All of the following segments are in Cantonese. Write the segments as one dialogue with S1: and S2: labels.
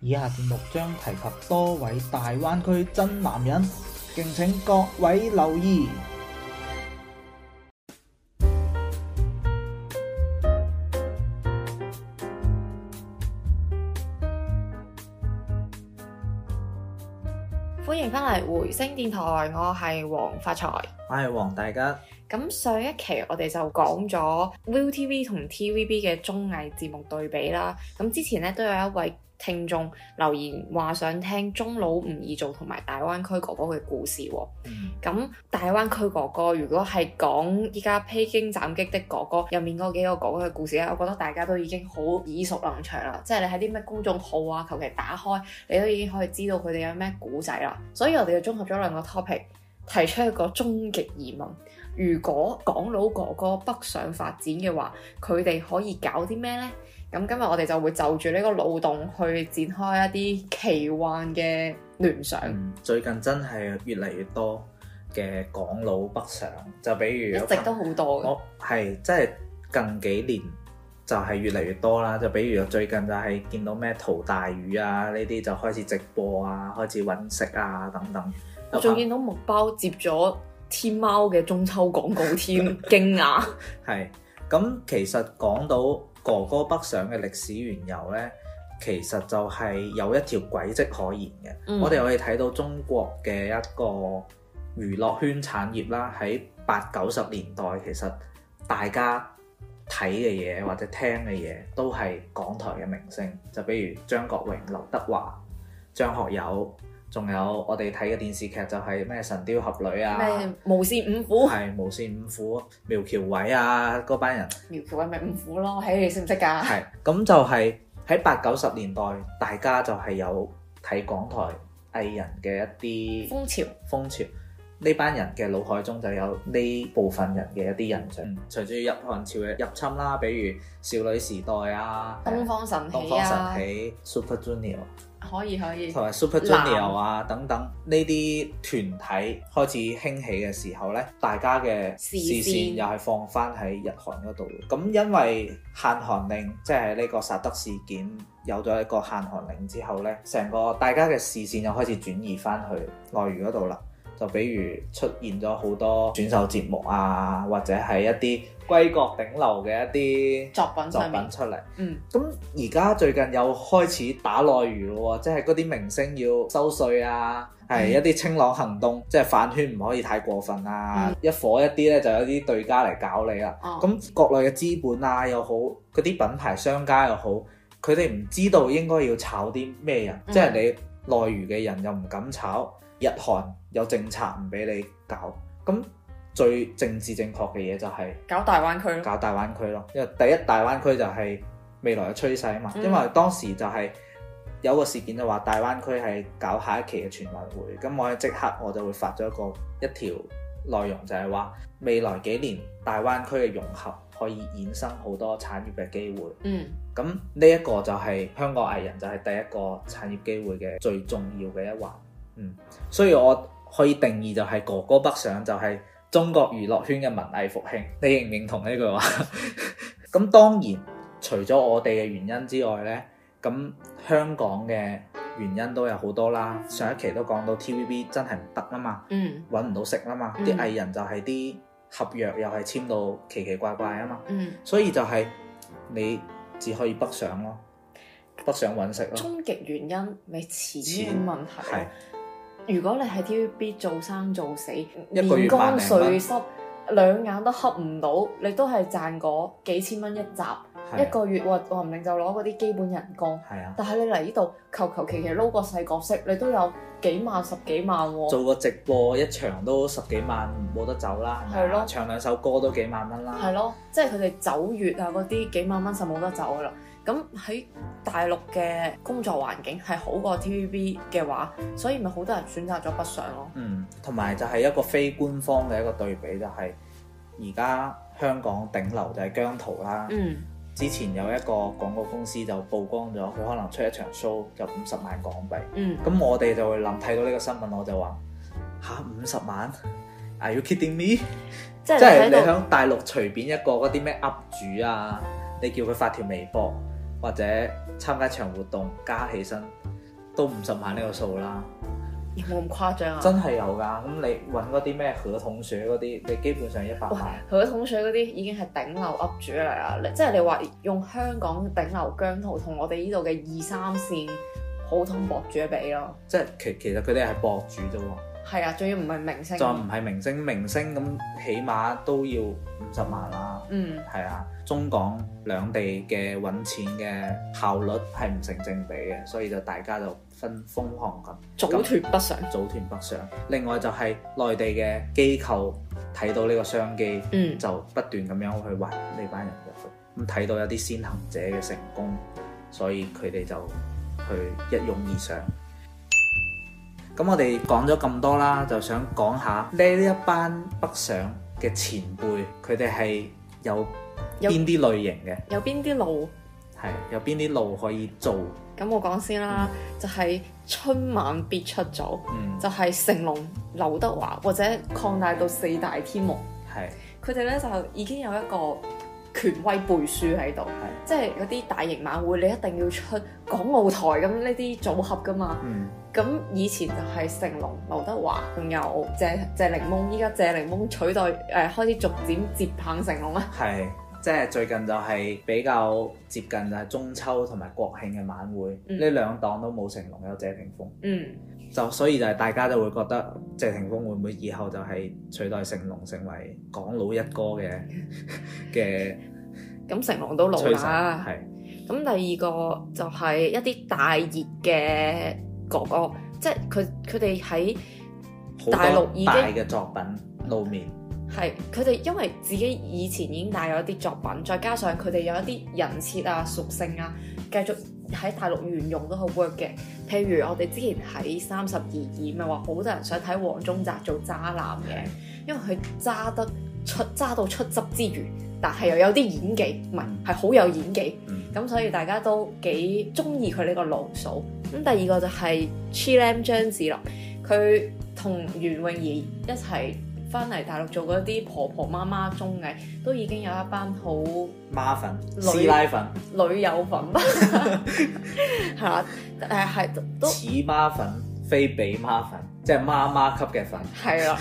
S1: 以下節目將提及多位大灣區真男人，敬請各位留意。
S2: 歡迎翻嚟回聲電台，我係黃發財。
S1: 我係黃大吉，
S2: 咁上一期我哋就講咗 ViuTV 同 TVB 嘅綜藝節目對比啦。咁之前咧都有一位聽眾留言話想聽中佬吳彥祖同埋大灣區哥哥嘅故事喎。
S1: 嗯
S2: 咁大灣區哥哥如果係講依家披荊斬棘的哥哥入面嗰幾個哥哥嘅故事咧，我覺得大家都已經好耳熟能詳啦。即係你喺啲咩公眾號啊，求其打開，你都已經可以知道佢哋有咩古仔啦。所以我哋就綜合咗兩個 topic，提出一個終極疑問：如果港佬哥哥北上發展嘅話，佢哋可以搞啲咩呢？咁今日我哋就會就住呢個腦洞去展開一啲奇幻嘅聯想。
S1: 嗯最近真係越嚟越多嘅港佬北上，就比如
S2: 一直都好多嘅，
S1: 我係哦即係近幾年就係越嚟越多啦，就比如最近就係見到咩陶大宇啊呢啲就開始直播啊，開始揾食啊等等。
S2: 我仲見到木包接咗天貓嘅中秋廣告 添，驚訝。
S1: 係咁，其實講到哥哥北上嘅歷史緣由呢，其實就係有一條軌跡可言嘅。
S2: 嗯
S1: 我哋可以睇到中國嘅一個娛樂圈產業啦，喺八九十年代其實大家睇嘅嘢或者聽嘅嘢都係港台嘅明星，就比如張國榮、劉德華、張學友，仲有我哋睇嘅電視劇就係咩《神雕俠侶》啊，
S2: 咩無視五虎？
S1: 係無線五虎、苗僑偉啊嗰班人，
S2: 苗僑係咪五虎咯？嘿，你識唔識㗎？
S1: 係咁就係喺八九十年代，大家就係有睇港台藝人嘅一啲
S2: 風潮
S1: 風潮，呢班人嘅腦海中就有呢部分人嘅一啲印象。嗯隨住日韓潮嘅入侵啦，比如少女時代啊、
S2: 東方神
S1: 東
S2: 起
S1: 方
S2: 啊
S1: 神，起、Super Junior
S2: 可以可以。
S1: 同埋 Super Junior 啊等等呢啲團體開始興起嘅時候呢，大家嘅視
S2: 視
S1: 線
S2: 線
S1: 又係放翻喺日韓嗰度。咁因為限韓令，即係呢個薩德事件有咗一個限韓令之後呢，成個大家嘅視線又開始轉移翻去內娛嗰度啦。就比如出現咗好多選秀節目啊，或者係一啲歸國頂流嘅一
S2: 作品
S1: 啲作
S2: 上
S1: 品
S2: 面，
S1: 出嚟。
S2: 嗯，
S1: 咁而家最近又開始打內娛咯喎，即係嗰啲明星要收稅啊，係
S2: 嗯
S1: 一啲清朗行動，即係飯圈唔可以太過分啊，一火一啲咧就有啲對家嚟搞你啦。
S2: 嗯哦，
S1: 咁國內嘅資本啊又好，嗰啲品牌商家又好，佢哋唔知道應該要炒啲咩人，
S2: 嗯
S1: 即係你內娛嘅人又唔敢炒，日韓有政策唔俾你搞，咁最政治正確嘅嘢就係、
S2: 搞大灣區咯，
S1: 搞大灣區咯，因為第一大灣區就係未來嘅趨勢啊嘛。
S2: 嗯
S1: 因為當時就係有個事件就話大灣區係搞下一期嘅全運會，咁我喺即刻我就會發咗一個一條內容就係話未來幾年大灣區嘅融合可以衍生好多產業嘅機會。
S2: 嗯，
S1: 咁呢一個就係香港藝人就係第一個產業機會嘅最重要嘅一環。嗯，所以我可以定義就係哥哥北上就係中國娛樂圈嘅文藝復興。你認唔認同呢句話？ 咁當然，除咗我哋嘅原因之外呢，咁香港嘅原因都有好多啦。上一期都講到 TVB 真係唔得啊嘛，
S2: 嗯，
S1: 揾唔到食啊嘛，
S2: 嗯
S1: 啲藝人就係啲合約又係簽到奇奇怪怪啊嘛。
S2: 嗯。
S1: 所以就係你只可以北上咯，北上揾食咯，
S2: 終極原因咪錢
S1: 錢
S2: 嘅問題
S1: 係
S2: 咯。如果你喺 TVB 做生做死，
S1: 個月萬
S2: 面乾
S1: 零蚊
S2: 水濕，兩眼都恰唔到，你都係賺嗰幾千蚊一集，
S1: 係啊
S2: 一個月或話唔定就攞嗰啲基本人工。
S1: 係啊，
S2: 但係你嚟呢度求求其其撈個細角色，你都有幾萬十幾萬喎、
S1: 做個直播一場都十幾萬，冇得走啦，係咪啊
S2: 係咯
S1: 唱兩首歌都幾萬蚊啦，
S2: 係咯，即係佢哋走月啊嗰啲幾萬蚊就冇得走噶啦。咁喺大陸嘅工作環境係好過 TVB 嘅話，所以咪好多人選擇咗北上咯。
S1: 嗯，同埋就係一個非官方嘅一個對比，就係而家香港頂流就係姜濤啦。
S2: 嗯，
S1: 之前有一個廣告公司就曝光咗，佢可能出一場 show 就五十萬港幣，
S2: 嗯，
S1: 咁我哋就會諗睇到呢個新聞，我就話吓五十萬？Are you kidding me？
S2: 即係
S1: 即係
S2: 你
S1: 你
S2: 喺度
S1: 喺大陸隨便一個嗰啲咩 up 主啊，你叫佢發條微博或者參加一場活動加起身，都五十萬呢個數啦，
S2: 有冇咁誇張啊？
S1: 真係有㗎。咁你揾嗰啲咩河桶水嗰啲，你基本上一百
S2: 哇
S1: 萬，！
S2: 佢桶水嗰啲已經係頂流 up 主嚟啦，你即係你話用香港頂流姜濤同我哋呢度嘅二三線普通博主比咯，
S1: 即係其其實佢哋係博主啫喎，
S2: 係啊，仲要唔係明星，
S1: 就唔係明星，明星咁起碼都要五十萬啦。
S2: 嗯
S1: 係啊，中港兩地嘅揾錢嘅效率係唔成正比嘅，所以就大家就分瘋狂咁
S2: 組脱不上，
S1: 組團北上。另外就係內地嘅機構睇到呢個商機，
S2: 嗯
S1: 就不斷咁樣去挖呢班人入去。咁睇到有啲先行者嘅成功，所以佢哋就去一擁而上。咁我哋講咗咁多啦，就想講下呢一班北上嘅前輩，佢哋係有
S2: 有
S1: 邊啲類型嘅，
S2: 有邊啲路？
S1: 係有邊啲路可以做，
S2: 咁我講先啦，就係春晚必出組，
S1: 嗯，
S2: 就係成龍、劉德華或者擴大到四大天王，
S1: 係
S2: 佢哋咧就已經有一個權威背書喺度，即係嗰啲大型晚會你一定要出港澳台咁呢啲組合噶嘛。
S1: 嗯
S2: 咁以前就係成龍、劉德華，仲有謝謝檸檬，依家謝檸檬取代誒、呃、開始逐漸接棒成龍啦。
S1: 係，即係最近就係比較接近就係中秋同埋國慶嘅晚會，呢、
S2: 嗯
S1: 兩檔都冇成龍有謝霆鋒，
S2: 嗯，
S1: 就所以就係大家就會覺得謝霆鋒會唔會以後就係取代成龍成為港老一哥 嘅嘅
S2: 嗯咁成龍都老
S1: 趨勢
S2: 啦。
S1: 係
S2: 咁第二個就係一啲大熱嘅哥哥，即係佢佢哋喺大
S1: 好
S2: 陸已
S1: 多
S2: 經
S1: 大嘅作品露面，
S2: 係佢哋因為自己以前已經帶有一啲作品，再加上佢哋有一啲人設啊、屬性啊，繼續喺大陸沿用都好 work 嘅。譬如我哋之前喺三十而已咪話好多人想睇黃宗澤做渣男嘅，因為佢揸得出揸到出汁之餘，但係又有啲演技，唔係
S1: 嗯
S2: 係好有演技。
S1: 嗯
S2: 咁所以大家都幾中意佢呢個路數。咁第二個就係 Chilam 張智霖，佢同袁詠儀一齊翻嚟大陸做嗰啲婆婆媽媽綜藝，都已經有一班好
S1: 媽粉、
S2: 女
S1: 師奶粉、
S2: 女友粉， 係啦，誒係都
S1: 似媽粉、非比媽粉，即係媽媽級嘅粉，
S2: 係啦。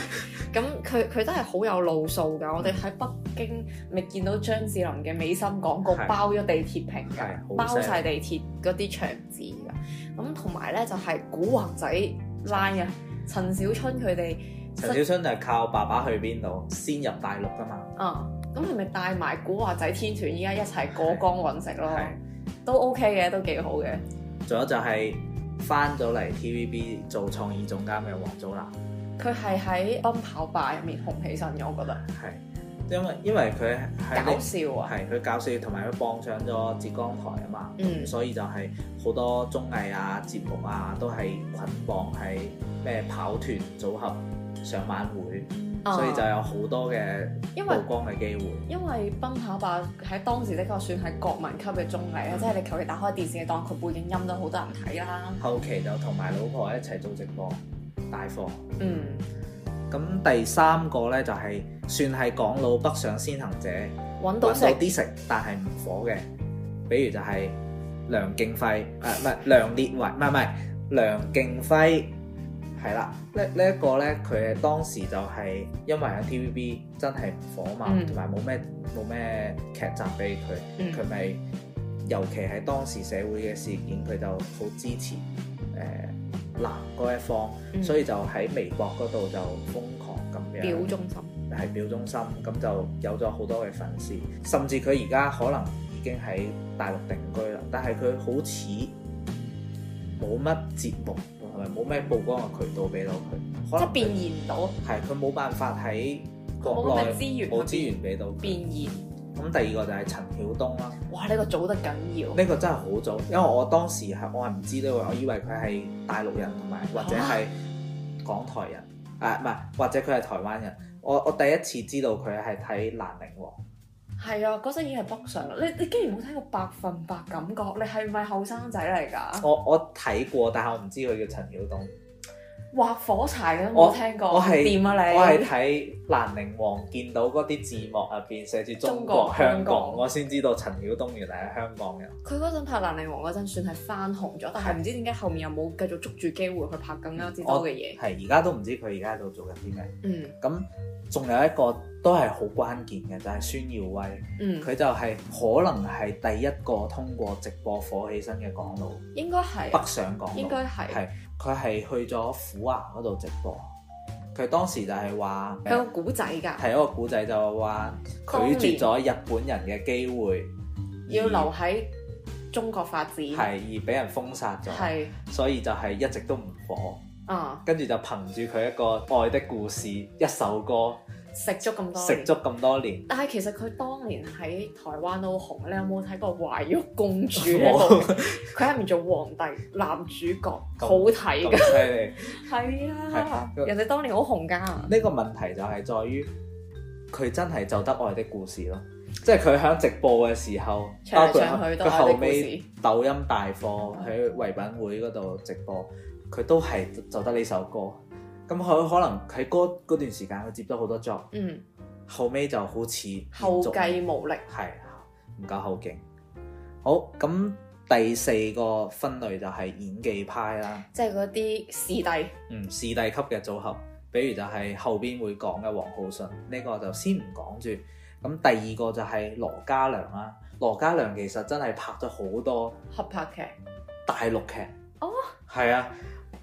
S2: 咁佢佢都係好有路數㗎。我哋喺北京咪見到張智霖嘅美心廣告
S1: 係
S2: 包咗地鐵屏㗎。
S1: 係
S2: 包
S1: 好犀
S2: 晒
S1: 利
S2: 地鐵嗰啲牆紙㗎。咁同埋咧就係、古惑仔 line 啊，陳小春佢哋
S1: 陳小春就係靠爸爸去邊度先入大陸㗎嘛。
S2: 啊，咁係咪帶埋古惑仔天團依家一齊過
S1: 係
S2: 江揾食咯？
S1: 係，
S2: 都 OK 嘅，都幾好嘅。
S1: 仲有就係翻咗嚟 TVB 做創意總監嘅黃祖藍，
S2: 佢係喺奔跑吧入面紅起身嘅，我覺得
S1: 係因為因為佢喺
S2: 搞
S1: 呢
S2: 笑啊，
S1: 係佢搞笑，同埋佢傍上咗浙江台啊嘛，
S2: 嗯
S1: 所以就係好多綜藝啊、節目啊都係捆綁係咩跑團組合上晚會，
S2: 啊
S1: 所以就有好多嘅
S2: 因為
S1: 曝。光嘅機會。
S2: 因為奔跑吧喺當時的確算係國民級嘅綜藝啊，即係你求其打開電視嘅檔，佢背景音都好多人睇啦。
S1: 後期就同埋老婆一齊做直播帶貨。
S2: 嗯，
S1: 咁第三個呢，就係、算係港老北上先行者，
S2: 揾嗯到
S1: 揾
S2: 食
S1: 到啲食，但係唔火嘅，比如就係梁敬輝，誒啊唔係梁烈唯，唔係唔係梁敬輝，係啦，呢呢一個呢，佢係當時就係因為喺 TVB 真係唔火嘛
S2: 嗯，
S1: 同埋冇咩冇咩劇集俾
S2: 嗯
S1: 佢，佢咪、尤其係當時社會嘅事件，佢就好支持誒、呃男嗰一方，
S2: 嗯
S1: 所以就喺微博嗰度就瘋狂咁樣
S2: 表忠心。
S1: 係表忠心，咁就有咗好多嘅粉絲，甚至佢而家可能已經喺大陸定居啦，但係佢好似冇乜節目同埋冇咩曝光嘅渠道俾到佢，可
S2: 即
S1: 能
S2: 係
S1: 佢
S2: 變現到，
S1: 係佢冇辦法喺國
S2: 冇
S1: 內
S2: 咁嘅資源去
S1: 冇資源俾到佢。
S2: 變現，
S1: 咁第二個就係陳曉東啦，
S2: 哇！呢、個組得緊要，
S1: 呢個真係好早，因為我當時係我係唔知呢個，我以為佢係大陸人同埋或者係港台人，啊唔係或者佢係台灣人。我我第一次知道佢係睇《蘭陵王》。
S2: 係啊！嗰陣已經係北上啦，你你竟然冇睇過百分百感覺，你係咪後生仔嚟㗎？
S1: 我我睇過，但係我唔知佢叫陳曉東。
S2: 畫火柴嘅都
S1: 我
S2: 冇聽過，
S1: 我係
S2: 掂啊你！
S1: 我係睇蘭陵王見到嗰啲字幕入邊寫住中
S2: 中國
S1: 國香
S2: 香港
S1: 港，我先知道陳曉東原來係香港人。
S2: 佢嗰陣拍《蘭陵王》嗰陣算係翻紅咗，但係唔知點解後面又冇繼續捉住機會去拍更加之多嘅嘢。
S1: 係而家都唔知佢而家喺度做緊啲咩。
S2: 嗯
S1: 咁仲有一個都係好關鍵嘅，就係、孫耀威，
S2: 嗯，
S1: 佢就係可能係第一個通過直播火起身嘅港佬，
S2: 應該係啊
S1: 北上港佬。
S2: 應該係
S1: 係佢係去咗虎牙嗰度直播，佢當時就係話
S2: 佢有個古仔㗎，
S1: 係一個古仔，就話拒絕咗日本人嘅機會，
S2: 要
S1: 而
S2: 留喺中國發展
S1: 係而俾人封殺咗，
S2: 係
S1: 所以就係一直都唔火，
S2: 啊，
S1: 跟住就憑住佢一個愛的故事一首歌
S2: 食足咁多
S1: 食
S2: 年
S1: 足。咁多年。
S2: 但係其實佢當年喺台灣都好紅，你有冇睇過《懷玉公主》呢
S1: 冇
S2: 部？佢喺入面做皇帝男主角，
S1: 咁
S2: 好
S1: 咁
S2: 睇㗎。
S1: 犀利。
S2: 係啊，
S1: 係
S2: 人哋當年好紅㗎。
S1: 呢個問題就係在於佢真係就得愛的故事咯，即係佢喺直播嘅時候，
S2: 唱
S1: 包
S2: 嚟
S1: 括
S2: 唱去都
S1: 佢後
S2: 愛的故
S1: 尾
S2: 事
S1: 抖音大貨喺唯品會嗰度直播，佢都係就得呢首歌。咁佢可能喺嗰嗰段時間佢接咗好多 job，
S2: 嗯，
S1: 後尾就好似延
S2: 後
S1: 續
S2: 繼無力。
S1: 係唔夠後勁。好，咁第四個分類就係演技派啦。
S2: 即係嗰啲視帝，
S1: 嗯，視帝級嘅組合，比如就係後邊會講嘅黃浩信，呢、個就先唔講住。咁第二個就係羅嘉良啦，羅嘉良其實真係拍咗好多
S2: 合拍
S1: 啊
S2: 劇，
S1: 大陸劇。
S2: 哦，
S1: 係啊，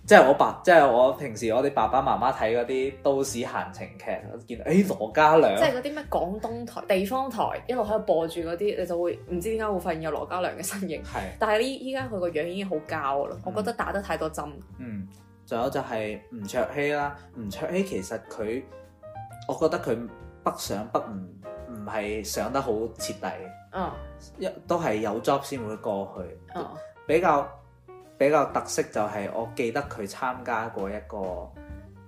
S1: 即係我爸，即係我平時我哋爸爸媽媽睇嗰啲都市閒情劇，我見到誒羅嘉良
S2: 即，係嗰啲咩廣東台、地方台一路喺度播住嗰啲，你就會唔知點解會發現有羅嘉良嘅身影。
S1: 係
S2: 但係呢依家佢個樣已經好膠啦，我覺得打得太多針。
S1: 嗯，仲有就係吳卓羲啦，吳卓羲其實佢，我覺得佢北上北唔唔係上得好徹底嘅。
S2: 嗯
S1: 一都係有 job 先會過去。
S2: 嗯
S1: 比較比較特色就係我記得佢參加過一個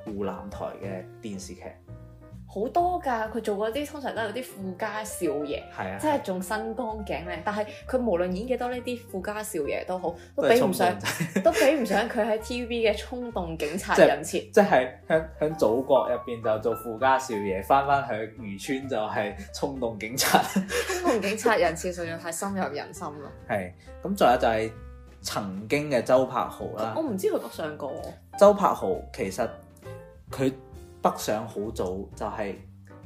S1: 湖南台嘅電視劇，
S2: 好多㗎，佢做嗰啲通常都係嗰啲富家少爺，
S1: 係啊，
S2: 即係仲身光頸靚，但係佢無論演幾多呢啲富家少爺都好，都
S1: 係
S2: 比唔
S1: 衝
S2: 上
S1: 動，仔
S2: 都比唔上佢喺 TVB 嘅衝動警察
S1: 即係
S2: 人設。
S1: 即係響響祖國入邊就做富家少爺，翻翻去漁村就係衝動警察。
S2: 衝動警察人設實在太深入人心啦，
S1: 係咁，仲有就係曾經嘅周柏豪啦
S2: 我。唔知佢北上過喎。
S1: 周柏豪其實佢北上好早，就係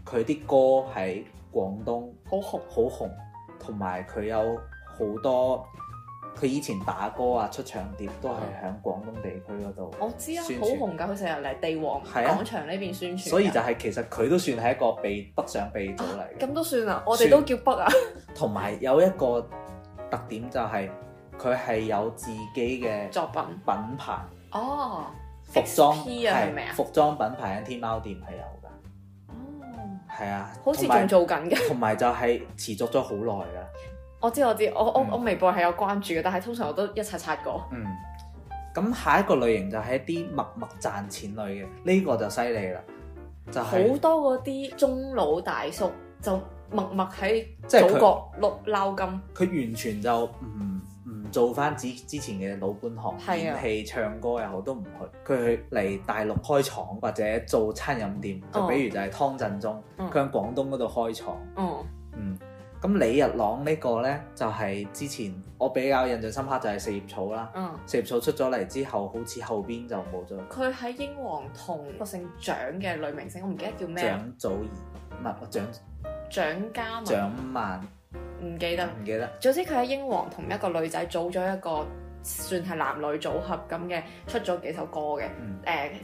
S1: 佢啲歌喺廣東。
S2: 好紅，
S1: 好紅，同埋佢有好多佢以前打歌啊、出唱碟都係喺廣東地區嗰度，
S2: 我知啊，
S1: 宣傳
S2: 好紅㗎，佢成日嚟地王
S1: 係啊
S2: 廣場呢邊宣傳㗎，
S1: 所以就係其實佢都算係一個被北上被組嚟嘅，
S2: 咁都算啊，我哋都叫北啊，
S1: 同埋有一個特點就係佢係有自己嘅
S2: 作品
S1: 品牌
S2: 哦，
S1: 服裝
S2: XP 啊係咪啊
S1: 服裝品牌喺天貓店係有㗎，
S2: 哦，
S1: 係啊，
S2: 好似
S1: 同埋
S2: 仲做緊嘅，
S1: 同埋就係持續咗好耐㗎。
S2: 我知我知，我我
S1: 嗯
S2: 我微博係有關注嘅，但係通常我都一刷刷過，
S1: 嗯，咁下一個類型就係一啲默默賺錢類嘅，呢、個就犀利啦，就
S2: 好
S1: 係、
S2: 多嗰啲中老大叔就默默喺
S1: 即係佢
S2: 祖國碌撈金，
S1: 佢完全就唔唔做翻之之前嘅老本行，
S2: 係
S1: 演
S2: 啊
S1: 戲、唱歌又好都唔去，佢去嚟大陸開廠或者做餐飲店，就
S2: 哦
S1: 比如就係湯鎮宗，
S2: 嗯
S1: 佢喺廣東嗰度開廠。
S2: 嗯，
S1: 嗯，咁李日朗呢個呢，就係、之前我比較印象深刻就係四葉草啦，
S2: 嗯。
S1: 四葉草出咗嚟之後，好似後邊就冇咗。
S2: 佢喺英皇同個姓蔣嘅女明星，我唔記得叫咩，啊
S1: 蔣祖兒唔係蔣
S2: 哦蔣嘉文，
S1: 蔣萬。
S2: 唔記得啦。
S1: 唔記得，
S2: 總之佢喺英皇同一個女仔組咗一個算係男女組合咁嘅，出咗幾首歌嘅，誒、
S1: 嗯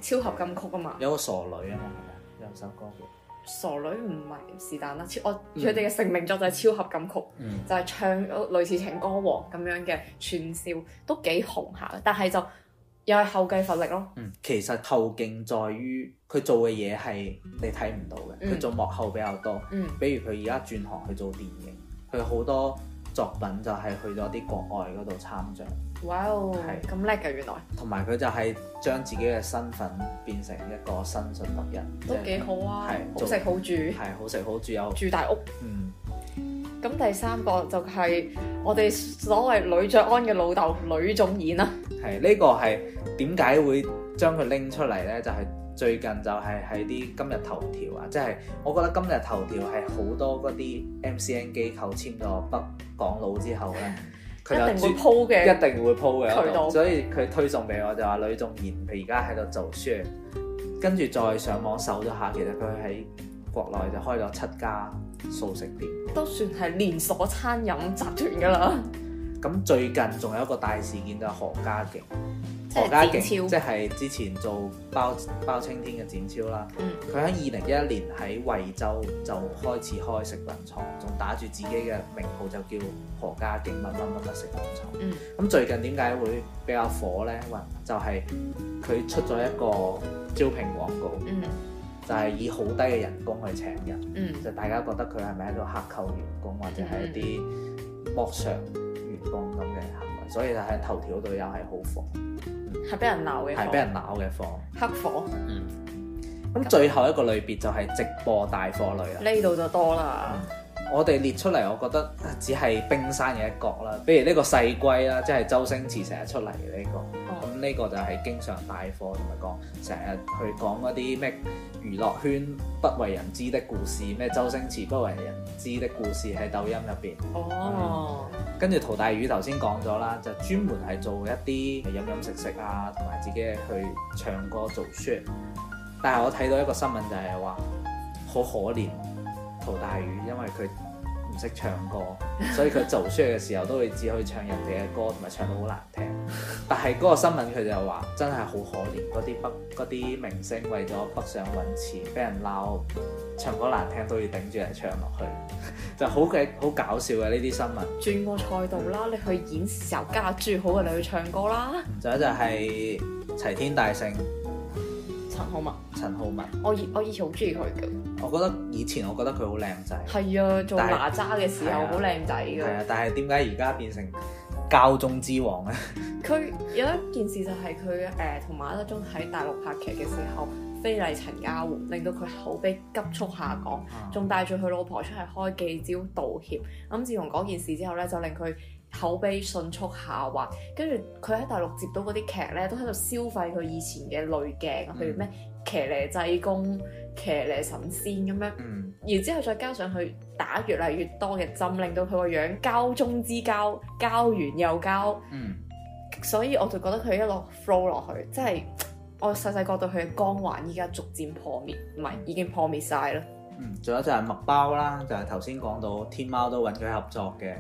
S2: 超合金曲啊嘛，
S1: 有個傻女啊嘛，係咪有首歌叫，
S2: 傻女唔係是但啦，超我
S1: 嗯
S2: 佢哋嘅成名作就係超合金曲，
S1: 嗯，
S2: 就係唱類似情歌王咁樣嘅串燒，都幾紅下，但係就又係後繼乏力咯，
S1: 嗯，其實後勁在於佢做嘅嘢係你睇唔到嘅，
S2: 嗯
S1: 佢做幕後比較多，
S2: 嗯
S1: 比如佢而家轉行去做電影，佢好多作品就係去咗啲國外嗰度參獎，
S2: 哇哦
S1: 係，
S2: 咁叻嘅原來，
S1: 同埋佢就係將自己嘅身份變成一個新信德人，
S2: 都幾好啊
S1: 係，
S2: 好食好住，
S1: 係好食好住有，
S2: 住大屋，
S1: 嗯，
S2: 咁咁第三個就係我哋所謂呂爵安嘅老豆呂仲賢啦。
S1: 係呢個係點解會將佢拎出嚟呢？就係、最近就係喺啲今日頭條啊，即係我覺得今日頭條係好多嗰啲 MCN 機構簽咗北港佬之後 呢，
S2: 一
S1: 佢
S2: 定
S1: 就
S2: 會
S1: 專
S2: 鋪嘅，
S1: 一定會 po 嘅嗰
S2: 渠道
S1: 度，所以佢推送俾我就話呂仲賢佢而家喺度做 share，跟住再上網搜咗下，其實佢喺國內就開咗七家素食店。
S2: 都算係連鎖餐飲集團㗎啦。
S1: 咁最近仲有一個大事件就係何家勁，
S2: 即係
S1: 何家
S2: 展
S1: 勁
S2: 超
S1: 即係之前做包包青天嘅展超啦
S2: 嗯。
S1: 佢喺二零一一年喺惠州就開始開食品廠，仲打住自己嘅名號就叫何家勁乜乜乜乜食品廠。
S2: 嗯
S1: 咁最近點解會比較火呢？喂，就係、佢出咗一個招聘廣告，
S2: 嗯
S1: 就係、以好低嘅人工去請人。
S2: 嗯
S1: 就大家覺得佢係咪喺度克扣員工，或者係一
S2: 嗯
S1: 啲剝削員工咁嘅行為，所以就喺頭條度又係好火，
S2: 係俾人鬧嘅，
S1: 係俾人鬧嘅火。
S2: 黑火
S1: 咁最後一個類別就係直播帶貨類啦。
S2: 呢度就多啦。
S1: 我哋列出嚟，我覺得啊只係冰山嘅一角啦。比如呢個細龜啦，即係周星馳成日出嚟嘅呢個。咁
S2: 哦，
S1: 呢個就係經常帶貨同埋講，成日去講嗰啲咩娛樂圈不為人知的故事，咩周星馳不為人知的故事喺抖音入邊。
S2: 哦，
S1: 跟住陶大宇頭先講咗啦，就專門係做一啲飲飲食食啊，同埋自己去唱歌做 show。但係我睇到一個新聞就係話，好可憐陶大宇，因為佢唔識唱歌，所以佢做 show 嘅時候都會只可以唱人哋嘅歌，同埋唱到好難聽。 但係嗰個新聞佢就話，真係好可憐嗰啲北嗰啲明星為咗北上揾錢，俾人鬧唱歌難聽都要頂住嚟唱落去，就好嘅好搞笑嘅呢啲新聞。
S2: 轉個賽道啦，你去演時候加最好嘅你去唱歌啦，
S1: 仲有就係齊天大聖
S2: 陳浩文。
S1: 陳浩文，
S2: 我以我以前好中意佢嘅，
S1: 我覺得以前我覺得佢好靚仔，
S2: 係啊，做
S1: 但係
S2: 哪吒嘅時
S1: 係
S2: 候
S1: 啊
S2: 好靚仔
S1: 係
S2: 嘅。
S1: 啊，但係點解而家變成教宗之王咧？
S2: 佢有一件事就係佢誒同馬德鐘喺大陸拍劇嘅時候，非禮陳家媛，令到佢口碑急速下降。仲帶住佢老婆出去開記招道歉。咁自從嗰件事之後咧，就令佢口碑迅速下滑。跟住佢喺大陸接到嗰啲劇咧，都喺度消費佢以前嘅濾鏡，啊譬如咩騎呢濟公、騎呢神仙咁樣。
S1: 嗯，
S2: 然之後再加上佢打越嚟越多嘅針，令到佢個樣膠中之膠，膠完又膠，
S1: 嗯
S2: 所以我就覺得佢一路 flow 落去，即係我細細覺對佢嘅光環依家逐漸破滅，唔係已經破滅晒啦。
S1: 嗯，仲有就係麥包啦，就係頭先講到天貓都揾佢合作嘅，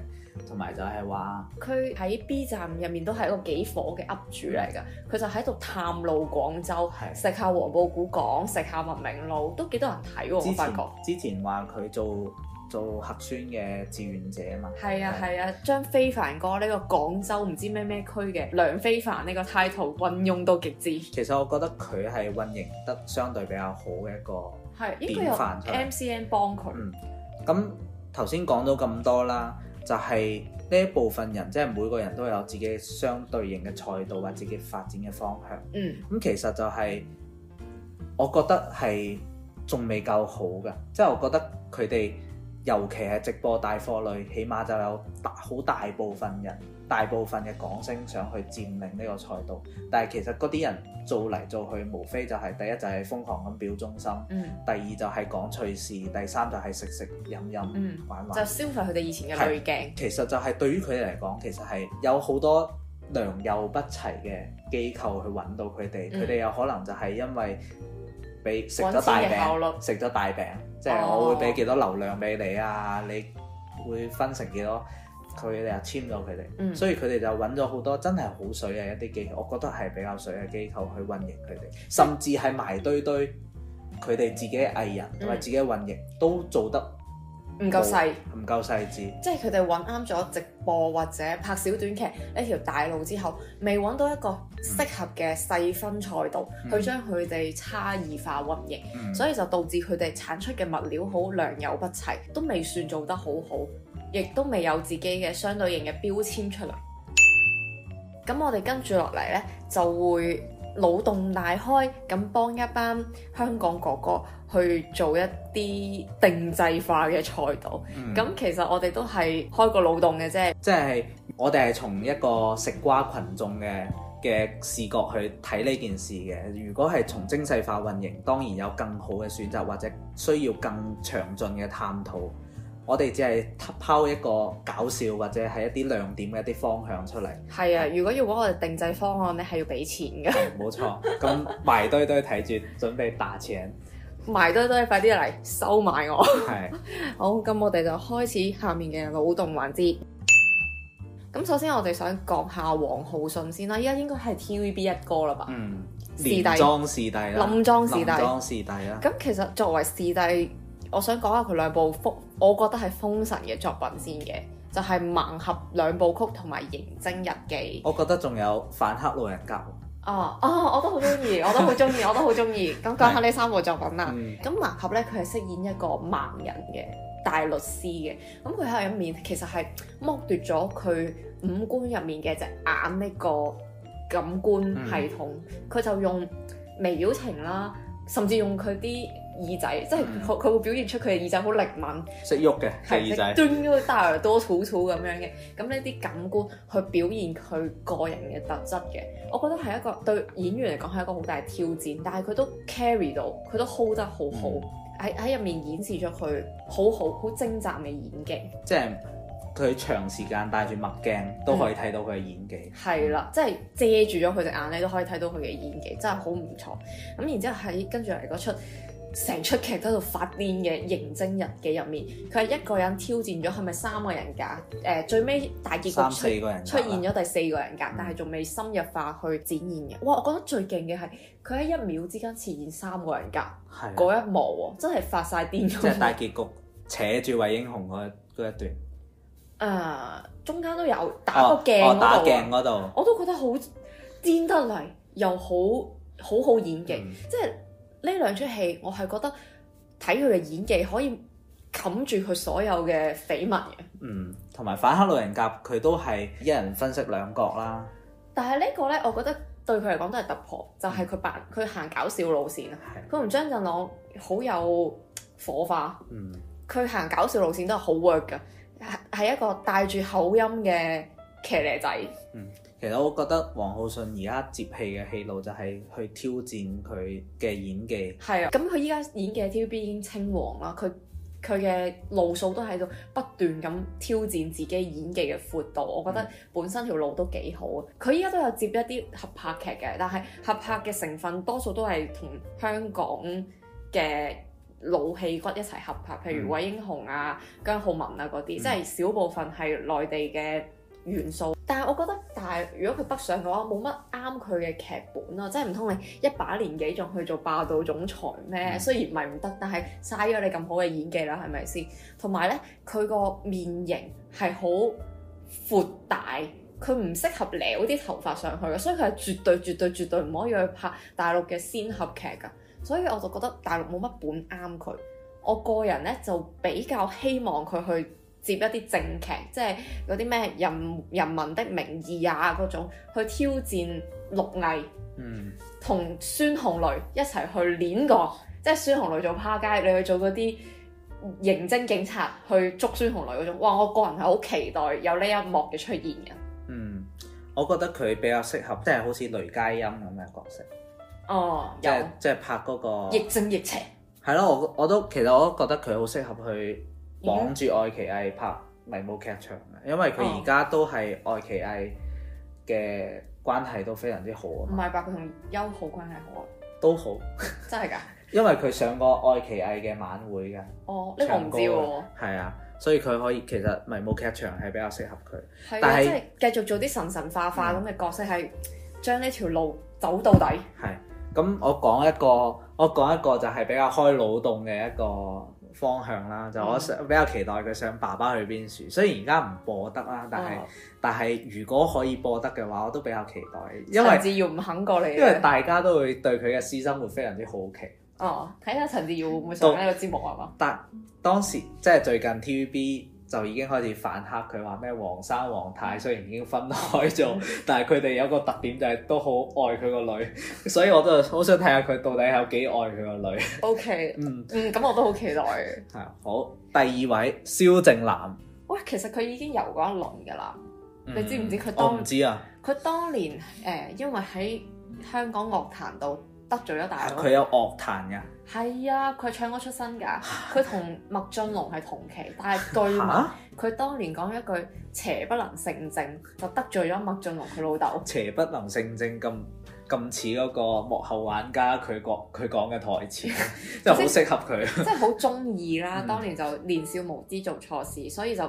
S1: 同埋就係話
S2: 佢喺 B 站入面都係一個幾火嘅 up 主嚟㗎，佢就喺度探路廣州，
S1: 嗯係
S2: 食下黃埔古港，食下文明路，都幾多人睇喎，哦我
S1: 之
S2: 發覺。
S1: 前之前話佢做做核酸嘅志願者嘛，
S2: 係啊係啊，將非凡哥呢個廣州唔知咩咩區嘅梁非凡呢個 title 運用到極致，
S1: 其實我覺得佢係運營得相對比較好嘅一個。
S2: 係應該有
S1: 典範出嚟
S2: MCN 幫佢，
S1: 嗯，咁頭先講到咁多啦，就係、呢一部分人，即係每個人都有自己相對應嘅賽道或自己發展嘅方向。
S2: 嗯
S1: 咁其實就係、我覺得係仲未夠好嘅，即係我覺得佢哋尤其係直播帶貨類，起碼就有大好大部分人。大部分嘅港星想去佔領呢個賽道，但係其實嗰啲人做嚟做去，無非就係、第一就係瘋狂咁表忠心，
S2: 嗯
S1: 第二就係講趣事，第三就係食食飲飲、
S2: 嗯，
S1: 玩
S2: 就
S1: 玩。
S2: 消費佢哋以前嘅
S1: 係
S2: 濾鏡，
S1: 其實就係對於佢哋嚟講，其實係有好多良莠不齊嘅機構去揾到佢哋，
S2: 嗯
S1: 佢哋、有可能就係因為俾食
S2: 揾
S1: 咗
S2: 錢
S1: 大
S2: 嘅
S1: 餅，
S2: 效率，
S1: 食咗大餅，即係
S2: 哦
S1: 我會俾幾多流量俾你啊，你會分成幾多，佢哋就簽咗佢哋。
S2: 嗯
S1: 所以佢哋就揾咗好多真係好水嘅一啲機構，我覺得係比較水嘅機構去運營佢哋，甚至係埋堆堆佢哋自己嘅藝人同埋
S2: 嗯
S1: 自己嘅運營都做得
S2: 唔夠細。
S1: 唔夠細緻。
S2: 即係佢哋揾啱咗直播或者拍小短劇呢條大路之後，未揾到一個適合嘅細分賽道，
S1: 嗯
S2: 去將佢哋差異化運營，
S1: 嗯
S2: 所以就導致佢哋產出嘅物料好良莠不齊，都未算做得好好，亦都未有自己嘅相對應嘅標籤出嚟。咁我哋跟住落嚟呢，就會腦洞大開，咁幫一班香港哥哥去做一啲定制化嘅賽道。咁、其實我哋都係開個腦洞嘅啫，
S1: 即係我哋係從一個食瓜群眾嘅嘅視角去睇呢件事嘅。如果係從精細化運營，當然有更好嘅選擇，或者需要更詳盡嘅探討。我哋只係拋一個搞笑或者係一啲亮點嘅一啲方向出嚟，
S2: 係啊！如果要揾我哋定制方案咧，係要俾錢嘅，
S1: 係哦冇錯。咁埋堆堆睇住，準備打 錢，
S2: 埋堆堆快啲嚟收買我。
S1: 係
S2: 好，咁我哋就開始下面嘅腦洞環節。咁首先我哋想講下黃浩信先啦，依家應該係 TVB 一哥啦吧？
S1: 嗯，
S2: 視帝
S1: 連裝視帝啦，
S2: 冧莊視帝
S1: 林莊視帝啦，
S2: 咁其實作為視帝，我想講下佢兩部封，我覺得係封神嘅作品先嘅，就係、盲俠兩部曲同埋刑偵日記。
S1: 我覺得仲有反黑路人甲，
S2: 哦哦，我都好中意，我都好中意，我都好中意。咁講下呢三部作品啦。
S1: 嗯
S2: 咁盲俠咧，佢係飾演一個盲人嘅大律師嘅。咁佢喺入面其實係剝奪咗佢五官入面嘅隻眼呢個感官系統，佢、就用微表情啦，甚至用佢啲耳仔，即係
S1: 嗯
S2: 佢佢會表現出佢嘅耳仔好靈敏，
S1: 識喐嘅隻耳
S2: 係
S1: 仔，
S2: 端咗大耳朵土土咁樣嘅。咁呢啲感官去表現佢個人嘅特質嘅，我覺得係一個對演員嚟講係一個好大嘅挑戰，但係佢都 carry 到，佢都 hold 得好好
S1: 嗯，
S2: 喺喺入面演示咗佢好好好精湛嘅演技。
S1: 即係佢長時間戴住墨鏡
S2: 嗯
S1: 都可以睇到佢嘅演技。
S2: 係啦，即係遮住咗佢隻眼咧，都可以睇到佢嘅演技，真係好唔錯。咁然之後喺跟住嚟嗰出成出劇都喺度發癲嘅《刑偵日記》入面，佢係一個人挑戰咗係咪三個人格？誒、最尾大結
S1: 三
S2: 局
S1: 四
S2: 出
S1: 個人
S2: 出現
S1: 咗，
S2: 咗第四個人格，
S1: 嗯
S2: 但係仲未深入化去展現嘅。哇！我覺得最勁嘅係佢喺一秒之間設現三個人格
S1: 係啊
S2: 嗰一幕喎，真係發晒癲
S1: 即係大
S2: 咁。
S1: 結局扯住魏英雄嗰嗰一段，
S2: 誒，啊中間都有打個
S1: 哦
S2: 鏡
S1: 哦打
S2: 嗰度啊
S1: 鏡嗰度，
S2: 我都覺得好癲得嚟，又好好好演技。
S1: 嗯
S2: 即係呢兩出戲，我係覺得睇佢嘅演技可以冚住佢所有嘅緋聞嘅。
S1: 嗯，同埋反黑路人甲佢都係一人分析兩角啦，
S2: 但係呢個呢，我覺得對佢嚟講都係突破，就係佢扮佢行搞笑路線啊。
S1: 係，
S2: 佢同張振朗好有火花，
S1: 嗯，
S2: 佢行搞笑路線都係好 work 㗎，係係一個帶住口音嘅騎呢仔。
S1: 其實我覺得黃浩信而家接戲嘅戲路就係去挑戰佢嘅演技，
S2: 係啊，咁佢依家演嘅 TVB 已經稱王啦，佢佢嘅路數都喺度不斷咁挑戰自己演技嘅闊度，我
S1: 嗯
S2: 覺得本身條路都幾好啊。佢依家都有接一啲合拍劇嘅，但係合拍嘅成分多數都係同香港嘅老戲骨一齊合拍，譬如
S1: 嗯
S2: 韋英雄啊、姜浩文啊嗰啲，即係少部分係內地嘅。元素，但係我覺得，但係如果佢北上嘅話，冇乜啱佢嘅劇本啊，即係唔通你一把年紀仲去做霸道總裁咩？
S1: 嗯
S2: 雖然唔係唔得，但係嘥咗你咁好嘅演技啦，係咪先？同埋咧，佢個面型係好闊大，佢唔適合撩啲頭髮上去嘅，所以佢係絕對絕對絕對唔可以去拍大陸嘅仙俠劇㗎。所以我就覺得大陸冇乜本啱佢。我個人咧就比較希望佢去接一啲正劇，即係嗰啲咩人人民的名義啊嗰種，去挑戰陸毅
S1: 嗯，
S2: 同孫紅雷一齊去練過，即係孫紅雷做趴街，你去做嗰啲刑偵警察去捉孫紅雷嗰種。哇！我個人係好期待有呢一幕嘅出現嘅。
S1: 嗯，我覺得佢比較適合，即係好似雷佳音咁嘅角色，
S2: 哦，
S1: 即
S2: 有
S1: 係即係拍嗰個
S2: 亦正亦邪，
S1: 係咯，我我都其實我都覺得佢好適合去綁住愛奇藝拍迷霧劇場嘅，因為
S2: 哦
S1: 佢而家都係愛奇藝嘅關係都非常之好啊
S2: 唔
S1: 嘛，
S2: 係吧？佢同優好關係好啊，
S1: 都好，
S2: 真係㗎。
S1: 因為佢上過愛奇藝嘅晚會嘅，
S2: 哦，呢、個我
S1: 唱
S2: 唔知
S1: 歌
S2: 喎。
S1: 係啊，所以佢可以其實迷霧劇場係比較適合佢。
S2: 係啊，
S1: 但
S2: 即
S1: 係
S2: 係繼續做啲神神化化咁嘅角色，係將呢條路走到底。
S1: 係，咁我講一個，我講一個就係比較開腦洞嘅一個方向啦，就
S2: 嗯
S1: 我想比較期待佢上爸爸去邊樹。雖然而家唔播得啦，但係、
S2: 哦
S1: 但係如果可以播得嘅話，我都比較期待，因
S2: 陳
S1: 為
S2: 志耀唔肯過嚟嘅，
S1: 因為大家都會對佢嘅私生活非常之好奇。
S2: 哦，睇下陳志耀會唔會上呢個節目係嘛？
S1: 但當時即係最近 TVB 就已經開始反黑佢話咩黃生黃太，雖然已經分開
S2: 嗯
S1: 咗， 但係佢哋有個特點就係都好愛佢個女，所以我都好想睇下佢到底有幾愛佢個女。
S2: OK，
S1: 嗯，
S2: 嗯，咁我都好期待。
S1: 係啊，好。第二位蕭正楠，
S2: 喂，其實佢已經遊過一輪㗎啦。
S1: 嗯
S2: 你知唔知佢當
S1: 我唔知啊，
S2: 佢當年誒、呃因為喺香港樂壇度得罪咗大佬，
S1: 佢有樂壇㗎
S2: 係啊，佢唱歌出身㗎。佢同麥浚龍係同期，但係據聞
S1: 嚇，
S2: 佢當年講一句邪不能勝正，就得罪咗麥浚龍佢老豆。
S1: 邪不能勝正咁。咁似嗰個幕後玩家佢講佢講嘅台 詞，真係好適合佢。
S2: 即係好中意啦。
S1: 嗯
S2: 當年就年少無知做錯事，所以就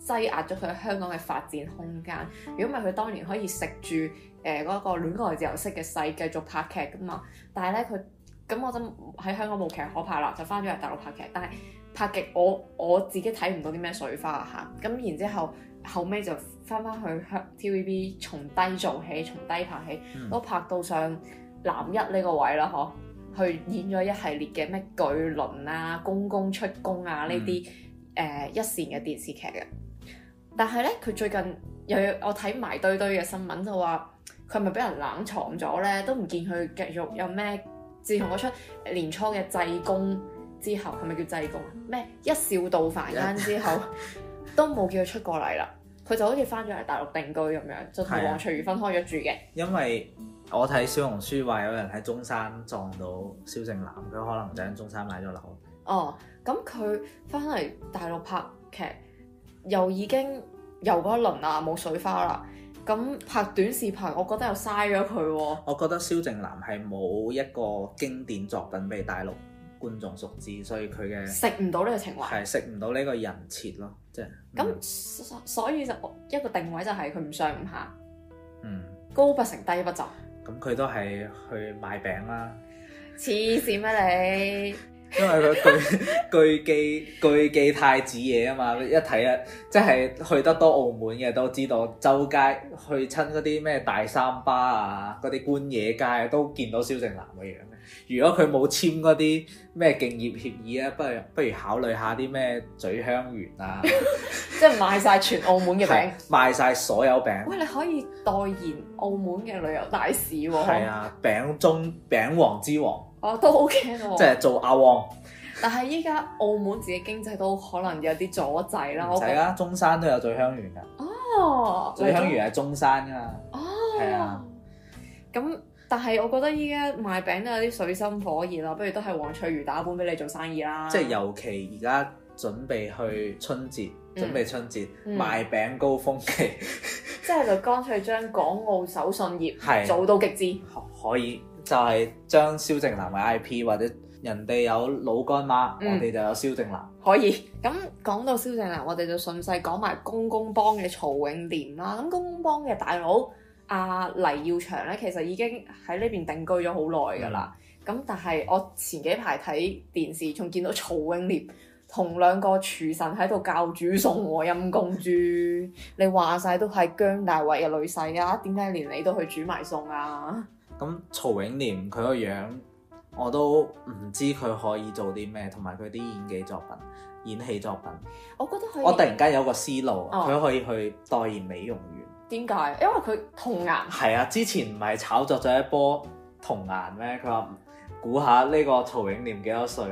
S2: 擠壓咗佢喺香港嘅發展空間。如果唔係，佢當年可以食住誒嗰個戀愛自由式嘅勢繼續拍劇噶嘛。但係咧，佢咁我就喺香港冇劇可拍啦，就翻咗嚟大陸拍劇。但係拍劇我我自己睇唔到啲咩水花嚇。咁然之後後尾就翻翻去香 TVB 從低做起，從低拍起，
S1: 嗯
S2: 都拍到上男一呢個位啦，嗬。去演咗一系列嘅咩巨輪啊、公公出宮啊呢啲誒一線嘅電視劇嘅。但係咧，佢最近又有我睇埋堆堆嘅新聞就話，佢係咪俾人冷藏咗咧？都唔見佢繼續有咩。自從嗰出呃年初嘅濟公之後，係咪叫濟公啊？咩一笑到凡間之後， 都冇叫佢出過嚟啦。佢就好似翻咗嚟大陸定居咁樣，就同
S1: 係啊
S2: 黃翠如分開咗住嘅。
S1: 因為我睇小紅書話有人喺中山撞到蕭正楠，佢可能就喺中山買咗樓。
S2: 哦，咁佢翻嚟大陸拍劇，又已經遊過一輪啦，冇水花啦。咁拍短視頻，我覺得又嘥咗佢喎。
S1: 我覺得蕭正楠係冇一個經典作品被大陸觀眾熟知，所以佢嘅
S2: 食唔到呢個情懷，
S1: 係食唔到呢個人設咯，即係
S2: 咁、
S1: 嗯
S2: 所所以就一個定位就係佢唔上唔下，
S1: 嗯，
S2: 高不成低不就，
S1: 咁佢都係去賣餅啦，
S2: 黐線咩你？
S1: 因為佢 巨巨記巨記太子嘢啊嘛，一睇啊，即係去得多澳門嘅都知道，周街去親嗰啲咩大三巴啊，嗰啲官野街啊都見到蕭正楠嘅樣嘅。如果佢冇簽嗰啲咩競業協議啊咧，不如不如考慮下啲咩咀香園啊。
S2: 即係賣晒全澳門嘅
S1: 係
S2: 餅。
S1: 賣晒所有餅，
S2: 喂，你可以代言澳門嘅旅遊大使喎、
S1: 係啊，餅中餅王之王，
S2: 哦都 OK 喎。
S1: 即係做阿旺
S2: 但係依家澳門自己經濟都可能有啲阻滯啦，
S1: 唔
S2: 我
S1: 使
S2: 覺得。
S1: 啦，中山都有醉香園噶，
S2: 哦，
S1: 醉香園係中山噶嘛，
S2: 哦，
S1: 啊係啊。
S2: 咁但係我覺得依家賣餅都有啲水深火熱啦，不如都係黃翠如打本俾你做生意啦。
S1: 即係尤其而家準備去春節，
S2: 嗯
S1: 準備春節
S2: 嗯
S1: 賣餅高峰期，
S2: 即係就乾脆將港澳手信業
S1: 係
S2: 做到極致。
S1: 可可以就係將蕭正楠嘅 I P 或者人哋有老乾媽，
S2: 嗯
S1: 我哋就有蕭正楠，
S2: 可以。 咁講到蕭正楠，我哋就順勢講埋公公幫嘅曹永廉啦。咁公公幫嘅大佬阿、黎耀祥咧，其實已經喺呢邊定居咗好耐㗎啦。
S1: 嗯
S2: 咁、但係我前幾排睇電視，仲見到曹永廉同兩個廚神喺度教煮餸喎，陰公豬！你話晒都係姜大衛嘅女婿啊，點解連你都去煮埋餸啊？
S1: 咁曹永廉佢個樣我都唔知佢可以做啲咩，同埋佢啲演技作品、演戲作品。
S2: 我覺得佢
S1: 我突然間有個思路，啊
S2: 哦
S1: 佢、可以去代言美容院。
S2: 點解？因為佢童顏
S1: 係啊，之前唔係炒作咗一波童顏咩？佢話估下呢個曹永廉幾多歲，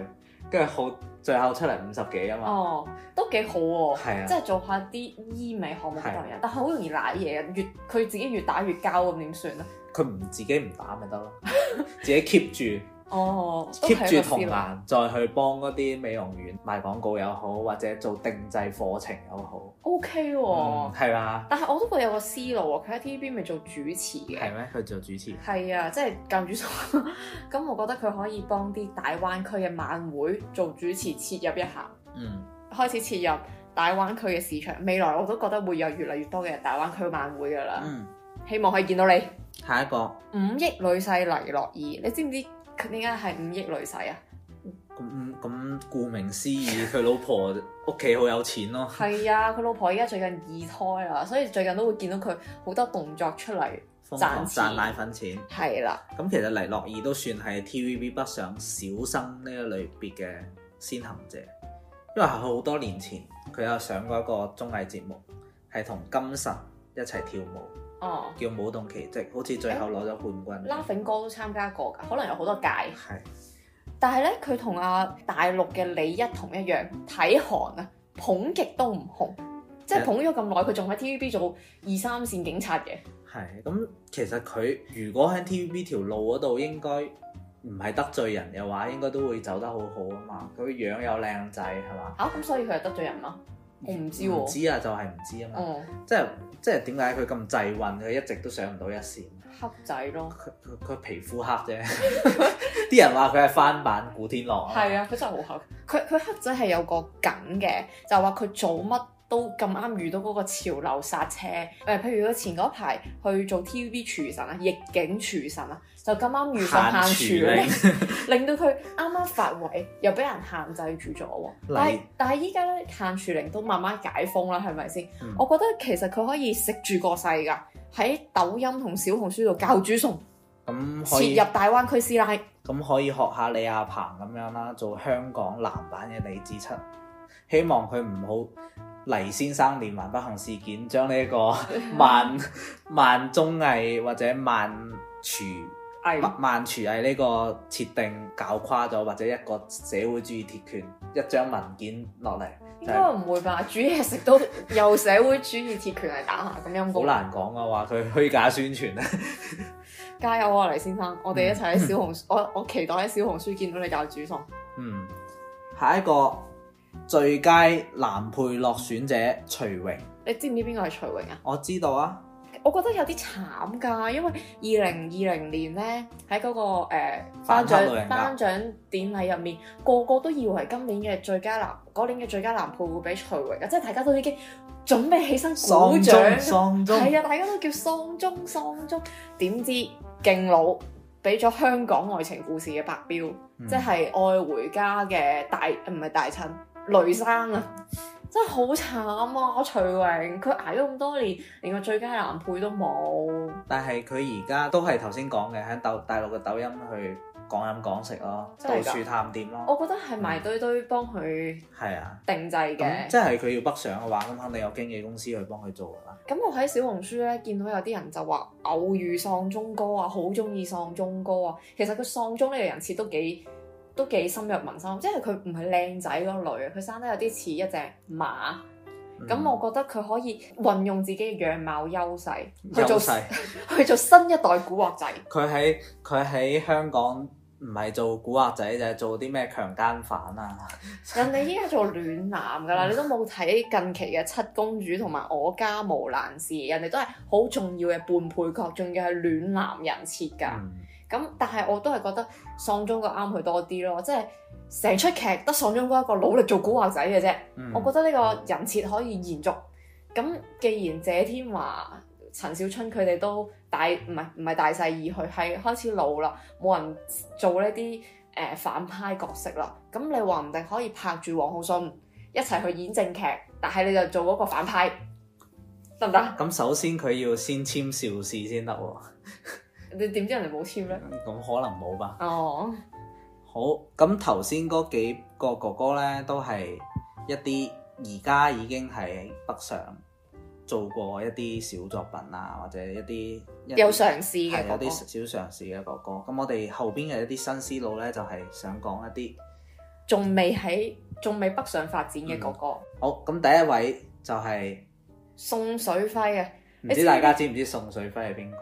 S1: 跟住好最後出嚟五十幾啊嘛。
S2: 哦，都幾好喎、
S1: 係啊
S2: 即係做下啲醫美項目嘅代言，但係好容易賴嘢啊！越佢自己越打越膠咁點算啊？
S1: 佢唔自己唔打咪得咯， 自己 keep 住
S2: 哦
S1: keep 住童
S2: 同顏，
S1: 顏，再去幫嗰啲美容院賣廣告又好，或者做定制課程又好。
S2: O
S1: 嗯
S2: K 喎。
S1: 係嘛？
S2: 但係我都會有個思路喎，佢喺 T V B 咪做主持嘅
S1: 係，咩？佢做主持，
S2: 係啊，即係教主所。 咁我覺得佢可以幫啲大灣區嘅晚會做主持切入一下，
S1: 嗯，
S2: 開始切入大灣區嘅市場。未來我都覺得會有越嚟越多嘅大灣區晚會㗎啦，
S1: 嗯，
S2: 希望可以見到你。
S1: 下一個
S2: 五億女婿黎諾懿，你知唔知佢點解係五億女婿啊？
S1: 咁咁顧名思義，佢老婆屋企好有錢咯。
S2: 係啊，佢老婆而家最近二胎啊啦，所以最近都會見到佢好多動作出嚟。
S1: 瘋狂
S2: 賺錢
S1: 賺奶粉錢。
S2: 係啦，
S1: 咁其實黎諾懿都算係 TVB 北上小生呢個類別嘅先行者，因為係好多年前佢有上過一個綜藝節目，係同金晨一齊跳舞，
S2: 哦
S1: 叫舞動奇蹟，好似最後攞咗冠軍。
S2: ，Laughing 哥都參加過㗎，可能有好多屆。
S1: 係
S2: 但係咧，佢同阿大陸嘅李一同一樣，睇韓啊，捧極都唔紅，即係捧咗咁耐，佢仲喺 TVB 做二三線警察嘅。
S1: 係咁，其實佢如果喺 TVB 條路嗰度，應該唔係得罪人嘅話，應該都會走得好好啊嘛。佢樣又靚仔係嘛？
S2: 嚇、啊咁所以佢係得罪人嗎？我唔知
S1: 唔
S2: 喎、
S1: 知啊，就係唔知啊嘛。
S2: 哦，
S1: 即係即係點解佢咁滯運？佢一直都上唔到一線。
S2: 黑仔咯。
S1: 佢佢佢皮膚黑啫， 啲人話佢係翻版古天樂啊。
S2: 係，啊，佢真係好黑。佢佢黑仔係有個梗嘅，就話佢做乜都咁啱遇到嗰個潮流剎車。誒、譬如佢前嗰排去做 TVB 廚神啊，逆境廚神啊，就咁啱遇上限
S1: 限
S2: 廚
S1: 廚
S2: 令
S1: 令，
S2: 令到佢啱啱發圍，又俾人限制住咗喎。但係
S1: 例
S2: 但係依家咧限廚令都慢慢解封啦，係咪先？
S1: 嗯
S2: 我覺得其實佢可以食住個勢㗎，喺抖音同小紅書度教煮餸，
S1: 咁可以
S2: 啊切入大灣區師奶。
S1: 咁可以學下李亞鵬咁樣啦，做香港男版嘅李志七。希望佢唔好黎先生連環不幸事件，將呢一 個慢慢綜藝或者慢廚
S2: 係
S1: 慢慢廚藝呢個設定搞垮咗，或者一個社會主義鐵拳一張文件落嚟，
S2: 應該唔會吧？煮嘢食 都由社會主義鐵拳嚟打下咁陰
S1: 好
S2: 功。
S1: 難講啊！話佢虛假宣傳啊咧，
S2: 加油啊，黎先生！我哋一齊喺小紅書，我我期待喺小紅書見到你教煮餸。
S1: 嗯，下一個最佳男配落選者徐榮，
S2: 你知唔知邊個係徐榮啊？
S1: 我知道啊。
S2: 我覺得有啲慘㗎，因為二零二零年咧喺嗰個誒、呃、頒
S1: 反黑老
S2: 獎
S1: 人家
S2: 頒獎典禮入面，個個都以為今年嘅最佳男嗰年嘅最佳男配會俾徐榮啊，即係大家都已經準備起身鼓
S1: 喪鐘，
S2: 掌㗎
S1: 喪鐘，
S2: 係啊，大家都叫喪鐘喪鐘，點知勁佬俾咗香港愛情故事嘅白標，
S1: 嗯
S2: 即係愛回家嘅大唔係大親雷生啊！真係好慘啊！徐榮佢捱咗咁多年，連個最佳男配都冇。
S1: 但係佢而家都係頭先講嘅，喺抖大陸嘅抖音去講飲講食咯，
S2: 真
S1: 到
S2: 係㗎哦
S1: 處探店咯，
S2: 我覺得係埋堆堆幫佢
S1: 係啊。
S2: 定制
S1: 咁
S2: 嘅
S1: 即。係佢要北上嘅話，咁肯定有經紀公司去幫佢做㗎啦。
S2: 咁我喺小紅書咧見到有啲人就話偶遇喪鐘哥啊，好中意喪鐘哥啊。其實佢喪鐘呢個人設都幾都幾深入民心，即係佢唔係靚仔嗰類啊，佢生得有啲似一隻馬。咁、
S1: 嗯
S2: 我覺得佢可以運用自己嘅樣貌優勢去
S1: 優
S2: 做
S1: 勢，
S2: 去做新一代古惑仔。
S1: 佢喺佢喺香港唔係做古惑仔，就係做啲咩強姦犯啊，
S2: 人哋依家做暖男
S1: 嗯
S2: 㗎啦，你都冇睇近期嘅七公主同埋我家無難事，人哋都係好重要嘅半配角，仲要係暖男人設㗎。
S1: 嗯
S2: 咁但係我都係覺得喪鐘哥啱佢多啲咯，即係成出劇得喪鐘哥一個努力做古惑仔嘅啫。
S1: 嗯
S2: 我覺得呢個人設可以延續。咁既然謝天華、陳小春佢哋都大唔係唔係大勢已去，係開始老啦，冇人做呢啲誒反派角色啦。咁你話唔定可以拍住黃浩信一齊去演正劇，但係你就做嗰個反派，得唔啊得？
S1: 咁首先佢要先簽邵氏先得喎，
S2: 你點知人哋冇簽咧？
S1: 咁可能冇吧。
S2: 哦，
S1: 好，咁頭先嗰幾個哥哥咧，都係一啲而家已經係北上做過一啲小作品啊，或者一啲一啲
S2: 有嘗試
S1: 係
S2: 嘅
S1: 有
S2: 嗰個
S1: 啲小嘗試嘅哥哥。咁我哋後邊嘅一啲新思路咧，就係、想講一啲
S2: 仲未喺仲未北上發
S1: 嗯
S2: 展嘅哥哥、
S1: 好。咁第一位就係、
S2: 宋水輝啊，
S1: 唔
S2: 你知
S1: 知大家知唔知宋水輝係邊個？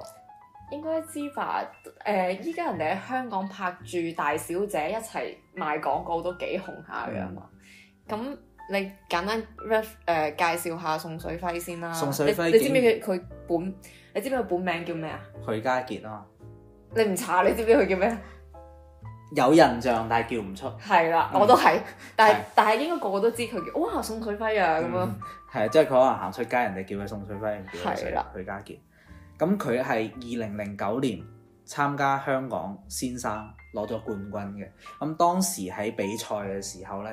S2: 應該知吧？誒、依家人哋喺香港拍住大小姐一齊賣廣告都幾紅下㗎
S1: 嗯
S2: 嘛。咁、你簡單 ref 誒、介紹下宋水輝先啦。
S1: 宋水輝
S2: 你，你知唔知佢佢本？你知唔知佢本名叫咩啊？
S1: 許家傑啊嘛，
S2: 你唔查，你知唔知佢叫 咩？啊
S1: 有印象但係叫唔出。
S2: 係啦，
S1: 嗯
S2: 我都係，但係
S1: 係
S2: 但係應該個個都知佢叫哇宋水輝啊咁樣。
S1: 嗯係，即係佢可能行出街，人哋叫佢宋水輝，唔叫
S2: 係啦
S1: 佢許家傑。咁佢係二零零九年參加香港先生攞咗冠軍嘅。咁當時喺比賽嘅時候呢，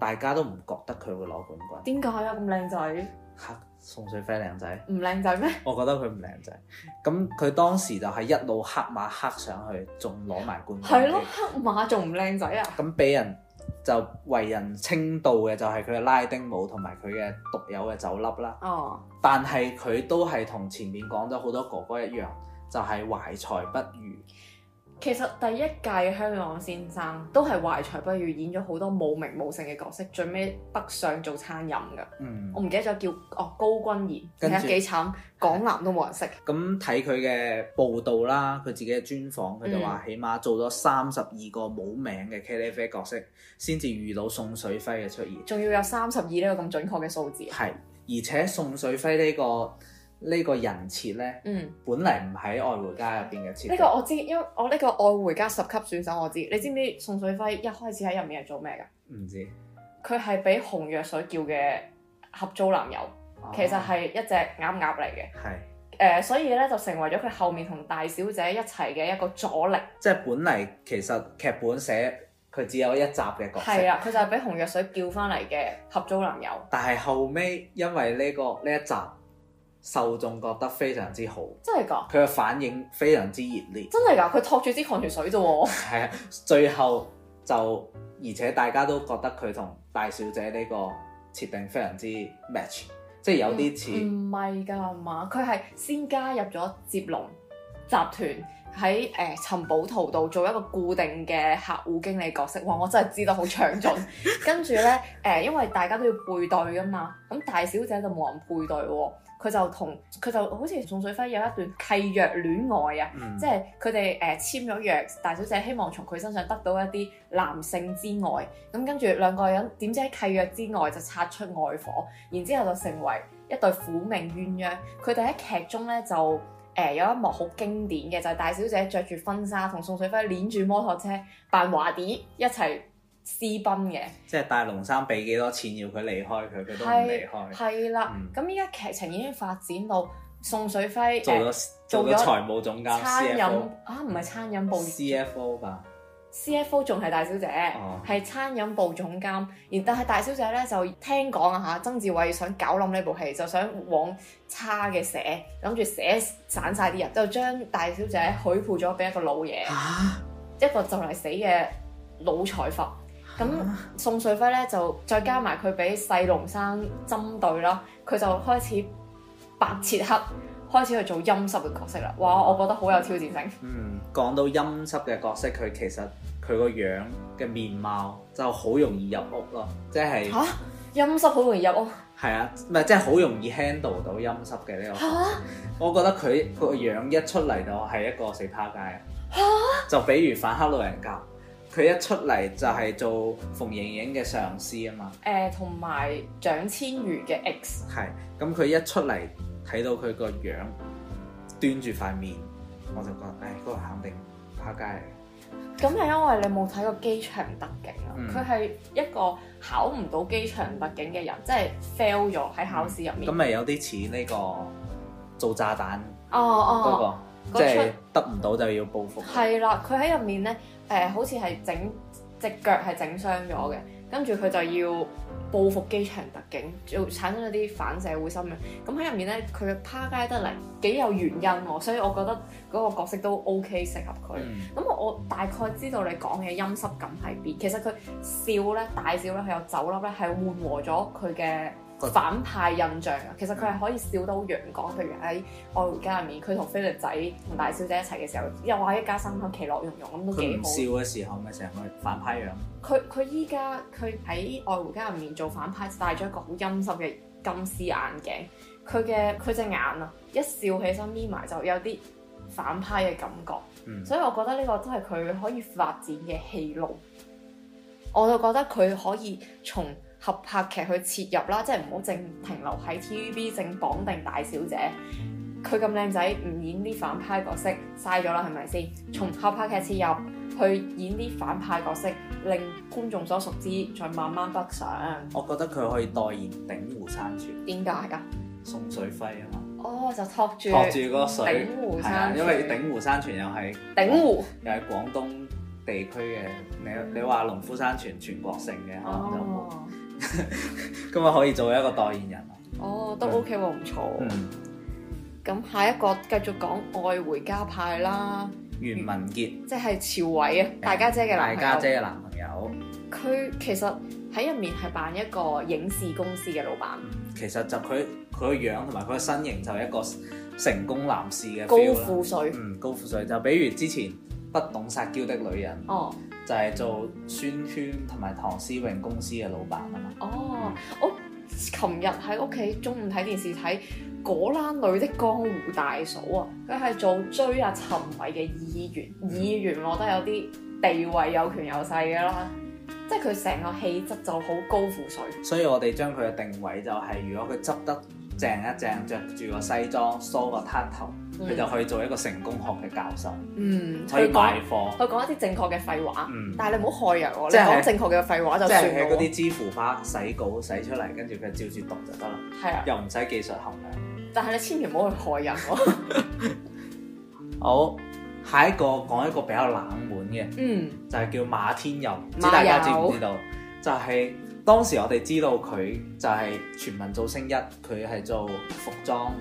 S1: 大家都唔覺得佢會攞冠軍。
S2: 點解啊？咁靚仔
S1: 嚇、宋水輝靚仔，
S2: 唔靚仔咩？
S1: 我覺得佢唔靚仔。咁佢當時就係一路黑馬黑上去，仲攞埋冠軍。
S2: 係咯，黑馬仲唔靚仔啊？
S1: 咁俾人就為人稱道嘅就係佢嘅拉丁舞同埋佢嘅獨有嘅酒粒啦。
S2: 哦，
S1: 但係佢都係同前面講咗好多哥哥一樣，就係、懷才不遇。
S2: 其實第一屆香港先生都係懷才不遇，演咗好多冇名冇姓嘅角色，最尾北上做餐飲㗎。
S1: 嗯
S2: 我，唔記得咗叫哦高君怡，睇
S1: 跟住
S2: 下幾慘，港男都冇人識。
S1: 咁睇佢嘅報道啦，佢自己嘅專訪，佢就
S2: 嗯
S1: 話起碼做咗三十二個冇名嘅茄喱啡角色，先至遇到宋水輝嘅出現。
S2: 仲要有三十二呢個咁準確嘅數字。啊
S1: 係，而且宋水輝呢、個呢、個人設呢，
S2: 嗯，
S1: 本嚟唔喺愛回家入邊嘅設定
S2: 呢個我知，因為我呢個愛回家十級選手我知。你知唔知宋水輝一開始喺入面係做咩
S1: 唔知，
S2: 㗎？佢係俾紅藥水叫嘅合租男友，其實
S1: 哦
S2: 係一隻鴨鴨嚟嘅。
S1: 係
S2: 誒、所以咧就成為咗佢後面同大小姐一齊嘅一個阻力。
S1: 即係本嚟其實劇本寫佢只有一集嘅角色，
S2: 係啊啦，佢就係俾紅藥水叫翻嚟嘅合租男友，
S1: 但係後尾因為呢、個呢一集受眾覺得非常之好，
S2: 真係㗎，
S1: 佢嘅反應非常之熱烈，
S2: 真係㗎，佢托住支礦泉水啫喎。
S1: 係啊，最後就而且大家都覺得佢同大小姐呢個設定非常之 match，即係有
S2: 嗯
S1: 啲似。
S2: 唔係㗎嘛，佢係先加入咗接龍集團喺誒、呃、尋寶圖度做一個固定嘅客戶經理角色。哇！我真係知得好詳盡。 跟住咧誒，因為大家都要配對㗎嘛，咁大小姐就冇人配對喎。佢就同佢就好似宋水輝有一段契約戀愛啊，
S1: 嗯
S2: 即係佢哋誒簽咗約，大小姐希望從佢身上得到一啲男性之愛，咁跟住兩個人點知喺契約之外就擦出愛火，然之後就成為一對苦命鴛鴦。佢哋喺劇中咧就誒、有一幕好經典嘅，就係、大小姐着住婚紗同宋水輝攆住摩托車扮華啲一齊私奔嘅。
S1: 即係大龍三俾幾多錢要佢離開佢，佢都唔離開，
S2: 係啦
S1: 嗯，
S2: 咁依家劇情已經發展到宋水輝
S1: 做
S2: 誒
S1: 咗
S2: 做
S1: 做
S2: 咗
S1: 咗財務總監
S2: 餐飲
S1: CFO
S2: 啊，唔係餐飲部
S1: CFO 吧，
S2: CFO 仲係大小姐，
S1: 哦
S2: 係、餐飲部總監。而但係大小姐咧就聽講啊嚇，曾志偉想搞冧呢部戲，就想往差嘅寫，諗住寫散晒啲人，就將大小姐許配咗俾一個老嘢，
S1: 嚇
S2: 一個就嚟死嘅老財閥。咁宋水輝咧就再加埋佢俾細龍生針對啦，佢就開始白切黑，開始去做陰濕嘅角色啦。哇！我覺得好有挑戰性。
S1: 嗯，講到陰濕嘅角色，佢其實佢個樣嘅面貌就好容易入屋咯，即係
S2: 嚇、陰濕好容易入屋
S1: 係啊，唔係即係好容易 handle 到陰濕嘅呢個角
S2: 嚇。
S1: 色。我覺得佢個樣一出嚟就係一個死趴街，啊就比如反黑路人甲，佢一出嚟就係做馮盈盈嘅上司啊嘛。
S2: 誒同埋蔣千如嘅 X，
S1: 係，咁佢一出嚟睇到佢個樣，端住塊面，我就覺得，唉，嗰、個肯定趴街嚟嘅。
S2: 咁係因為你冇睇過機場特警啊，
S1: 嗯
S2: 佢係、一個考唔到機場特警嘅人，即係 fail 咗喺考試入面。
S1: 咁咪有啲似呢個做炸彈嗰、
S2: 哦哦，
S1: 個，
S2: 嗰
S1: 即
S2: 出
S1: 係得唔到就要報復。
S2: 係啦、佢喺入面咧，誒、好似係整隻腳係整傷咗嘅，跟住佢就要報復機場特警，做產生咗啲反社會心理。咁喺入面咧，佢趴街得嚟幾有原因喎，所以我覺得嗰個角色都 OK 適合佢。
S1: 嗯
S2: 咁我大概知道你講嘅陰濕感喺邊。其實佢笑咧、大笑咧，佢有酒粒咧，係緩和咗佢嘅反派印象嘅。其實佢係可以笑到好陽光，譬如喺《愛回家》入面，佢同菲律仔同大小姐一齊嘅時候，又話一家三口其樂融融咁都
S1: 佢
S2: 幾
S1: 唔
S2: 好。
S1: 笑嘅時候，咪成個反派樣。
S2: 佢佢依家佢喺《愛回家》入面做反派，戴咗一個好陰濕嘅金絲眼鏡。佢嘅佢隻眼啊，一笑起身眯埋就有啲反派嘅感覺。
S1: 嗯，
S2: 所以我覺得呢個都係佢可以發展嘅戲路。我就覺得佢可以從合拍劇去切入啦，即係唔好淨停留喺 TVB 淨綁定大小姐。佢咁靚仔，唔演啲反派角色，嘥咗啦，係咪先？從合拍劇切入去演啲反派角色，令觀眾所熟知，再慢慢北上。
S1: 我覺得佢可以代言鼎湖山泉
S2: 點解㗎？
S1: 送水輝啊嘛，
S2: 哦，就托住
S1: 托住嗰個水，
S2: 鼎湖
S1: 係啊，
S2: 山泉
S1: 因為鼎湖山泉又係
S2: 頂湖。
S1: 又係廣東地區嘅，你你話農夫山泉全國性嘅，可能就冇。
S2: 哦，
S1: 咁啊可以做一個代言人。啊
S2: 哦，都 OK 喎，唔錯喎。
S1: 嗯，
S2: 咁下一個繼續講愛回家派啦，
S1: 袁文傑，
S2: 即係朝偉啊，大家姐嘅
S1: 大
S2: 男
S1: 嗯家
S2: 朋友。
S1: 姐嘅男朋友。友，
S2: 佢其實喺入面係扮一個影視公司嘅老闆，
S1: 其實就佢佢個樣同埋佢個身形就係一個成功男士嘅 feel
S2: 高
S1: 啦
S2: 富帥。
S1: 嗯，高富帥就比如之前不懂撒嬌的女人，
S2: 哦
S1: 就係做宣萱同埋唐詩詠公司嘅老闆啊嘛。
S2: 哦，我琴日喺屋企中午睇電視睇《果欄女的江湖大嫂》啊，佢係做追啊陳偉嘅議員，
S1: 嗯
S2: 議員我覺得有啲地位有權有勢嘅啦，即係佢成個氣質就好高富帥。
S1: 所以我哋將佢嘅定位就係、如果佢執得正一正，着住個西裝，梳個攤頭，佢就可以做一個成功學嘅教授，
S2: 嗯，
S1: 可以
S2: 佢講
S1: 賣貨。
S2: 佢講一啲正確嘅廢話，
S1: 嗯，
S2: 但係你唔好害人喎，
S1: 即
S2: 你
S1: 係
S2: 講正確嘅廢話就
S1: 即
S2: 算
S1: 係喺嗰
S2: 喎。
S1: 啲知乎花洗稿洗出嚟，跟住佢照住讀就得啦，
S2: 係啊，
S1: 又唔使技術含量。
S2: 但係你千祈唔好去害人 喎。
S1: 好，下一個講一個比較冷門嘅。
S2: 嗯，
S1: 就係叫馬天佑，唔知
S2: 馬
S1: 大家知
S2: 友
S1: 唔知道？就係、當時我哋知道佢就係全民造星一，佢係做服裝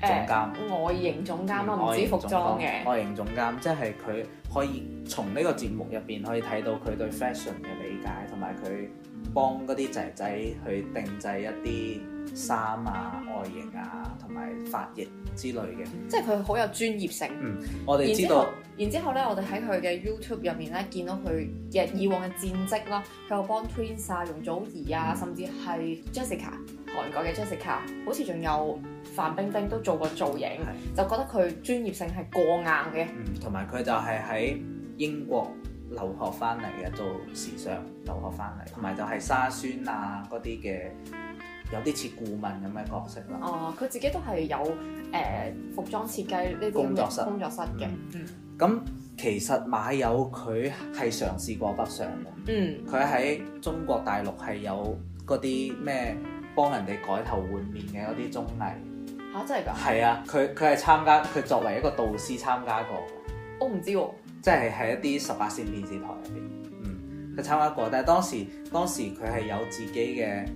S1: 總
S2: 誒
S1: 監，嗯
S2: 外形總監啊，唔
S1: 外
S2: 止
S1: 形
S2: 服
S1: 總
S2: 裝
S1: 監
S2: 嘅。
S1: 外形總監，即係佢可以從呢個節目入邊可以睇到佢對 fashion 嘅理解，同埋佢幫嗰啲仔仔去定製一啲衫啊、外形啊同埋髮型之類嘅。
S2: 即係佢好有專業性。
S1: 我哋
S2: 然
S1: 知
S2: 之
S1: 道
S2: 後，，然之後咧，我哋喺佢嘅 YouTube 入面咧，見到佢嘅以往嘅戰績啦，佢又幫 Twins 啊、容祖兒啊，
S1: 嗯
S2: 甚至係 Jessica 韓國嘅 Jessica，好似仲有范冰冰都做過造型，就覺得佢專業性係過硬嘅。
S1: 嗯，同埋佢就係喺英國留學翻嚟嘅，做時尚留學翻嚟，同埋就係沙宣啊嗰啲嘅，有啲似顧問咁嘅角色啦。
S2: 哦，佢自己都係有誒、呃服裝設計呢啲
S1: 工作室
S2: 工作室嘅。嗯
S1: 咁其實馬友佢係嘗試過北上嘅，
S2: 嗯
S1: 佢喺中國大陸係有嗰啲咩幫人哋改頭換面嘅嗰啲綜藝，
S2: 嗯嚇、真係㗎？
S1: 係啊，佢佢係參加，佢作為一個導師參加過嘅。
S2: 我唔知喎、
S1: 即係喺一啲十八線電視台入邊，嗯，佢參加過，但係當時當時佢係有自己嘅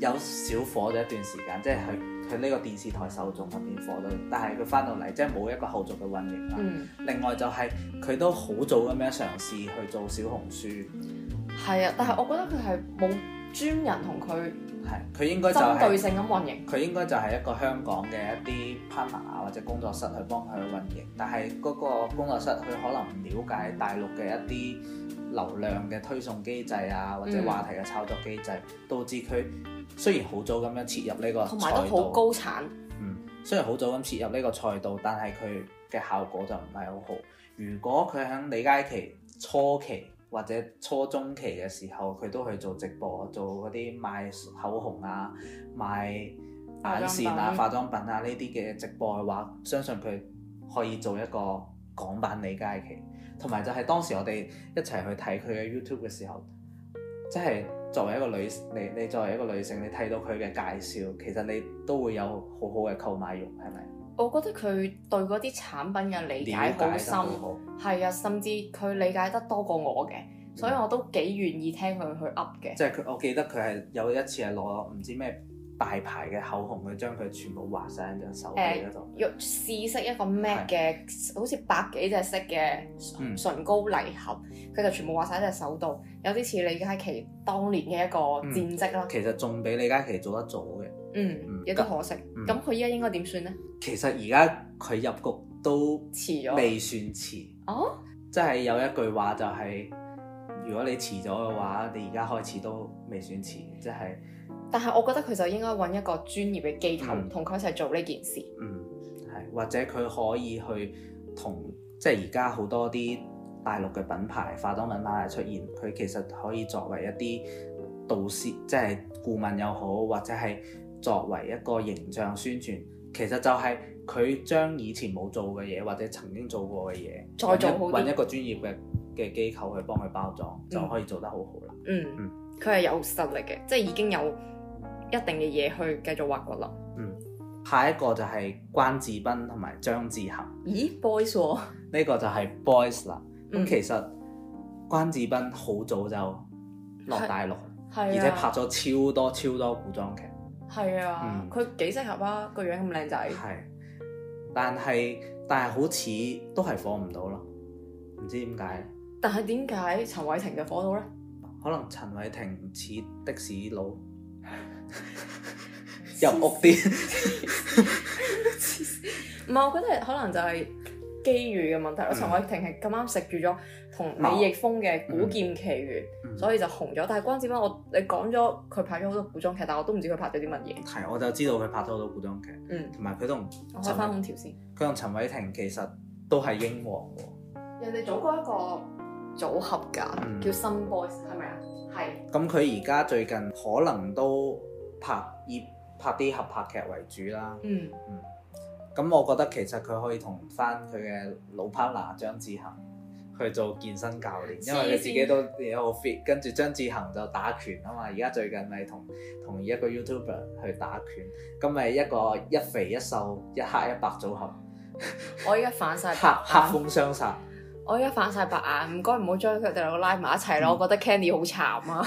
S1: 有小火咗一段時間，即係佢佢呢個電視台受眾入邊火咗，但係佢翻到嚟即係冇一個後續嘅運營啦。
S2: 嗯。
S1: 另外就係、佢都好早咁樣嘗試去做小紅書，
S2: 係啊，但係我覺得佢係冇專人同佢
S1: 係佢應該就
S2: 針
S1: 係、
S2: 對性咁運營。
S1: 佢應該就係一個香港嘅一啲 partner 啊或者工作室去幫佢運營，但係嗰個工作室佢可能唔了解大陸嘅一啲流量嘅推送機制啊，或者
S2: 嗯
S1: 話題嘅炒作機制，導致佢雖然好早咁樣切入呢個
S2: 同埋都
S1: 賽
S2: 好
S1: 道，
S2: 高產，
S1: 嗯，雖然好早咁切入呢個賽道，但係佢嘅效果就唔係好好。如果佢喺李佳琦初期或者初中期嘅時候，佢都去做直播，做嗰啲賣口紅啊、賣眼線啊、化
S2: 化
S1: 妝品啊呢啲嘅直播嘅話，相信佢可以做一個港版李佳琦。同埋就係當時我哋一齊去睇佢嘅 YouTube 嘅時候，即係作為一個女，你你作為一個女性，你睇到佢嘅介紹，其實你都會有好好嘅購買慾，係咪？
S2: 我覺得佢對嗰啲產品嘅理解好
S1: 了解得好
S2: 深，
S1: 好。嗯
S2: 係啊，甚至佢理解得多過我嘅，所以我都幾願意聽佢去噏嘅。
S1: 即係佢，我記得佢係有一次係攞唔知咩大牌嘅口紅，佢將佢全部畫晒喺隻手臂嗰度。
S2: 要試色一個 MAC 嘅，好似百幾隻色
S1: 嗯
S2: 嘅唇膏禮盒，佢就全部畫晒喺隻手度，有啲似李佳琦當年嘅一個
S1: 嗯
S2: 戰績啦。
S1: 其實仲比李佳琦做得早嘅。
S2: 嗯
S1: 嗯，
S2: 有啲可惜。
S1: 嗯
S2: 咁佢依家應該點算呢？
S1: 其實而家佢入局都
S2: 遲咗。
S1: 未算遲，
S2: 哦，
S1: 即係有一句話就係、如果你遲咗嘅話，你而家開始都未算遲，即係
S2: 但係我覺得佢就應該揾一個專業嘅機構
S1: 嗯
S2: 同佢一齊做呢件事。
S1: 嗯係，或者佢可以去同即係而家好多啲大陸嘅品牌化妝品牌出現，佢其實可以作為一啲導師，即係顧問又好，或者係作為一個形象宣傳，其實就係佢將以前冇做嘅嘢，或者曾經做過嘅嘢，
S2: 再做好啲
S1: 揾一揾一個專業嘅嘅機構去幫佢包裝，就
S2: 嗯
S1: 可以做得好好啦。
S2: 嗯，佢係有實力嘅，即係已經有一定嘅嘢去繼續挖掘啦。
S1: 下一個就係關智斌同埋張智恒，呢、
S2: 咦，boys 喎，
S1: 個就係 Boys 啦。咁、
S2: 嗯
S1: 其實關智斌好早就落大陸，而
S2: 係
S1: 且拍
S2: 啊，
S1: 咗超多超多古裝劇，
S2: 係啊
S1: 嗯，
S2: 佢幾適合啊，個樣咁靚仔，
S1: 係，但係但係好似都係火唔到咯，唔知點解。
S2: 但係點解陳偉霆就火到呢？
S1: 可能陳偉霆唔似的士 佬，入屋啲。
S2: 唔係，我覺得可能就係機遇嘅問題咯。
S1: 嗯
S2: 陳偉霆係咁啱食住咗同
S1: 某
S2: 李易峰嘅《古劍奇緣》
S1: 嗯
S2: 所以就紅咗。但係關之斌，我你講咗佢拍咗好多古裝劇，但我都唔知佢拍咗啲乜嘢。
S1: 係，我就知道佢拍咗好多古裝劇，
S2: 嗯，
S1: 同埋佢同
S2: 我
S1: 陳
S2: 開翻
S1: 偉
S2: 空調先。
S1: 佢同陳偉霆其實都係英皇喎。
S2: 人哋組過一個組合㗎，
S1: 嗯
S2: 叫新 boys 係咪啊？係。
S1: 咁佢而家最近可能都拍以拍啲合拍劇為主啦。
S2: 嗯，
S1: 嗯，咁我覺得其實佢可以同翻佢嘅老 partner 張志恒去做健身教練，因為佢自己都練得好 fit，跟住張志恒就打拳啊嘛，而家最近咪同同一個 YouTuber 去打拳，咁咪一個一肥一瘦一黑一白組合，
S2: 我而家反晒
S1: 黑
S2: 白
S1: 黑
S2: 眼，
S1: 風相殺。
S2: 我而家反晒白眼，唔該唔好將佢哋兩個拉埋一齊
S1: 嗯
S2: 咯。我覺得 Candy 好慘啊。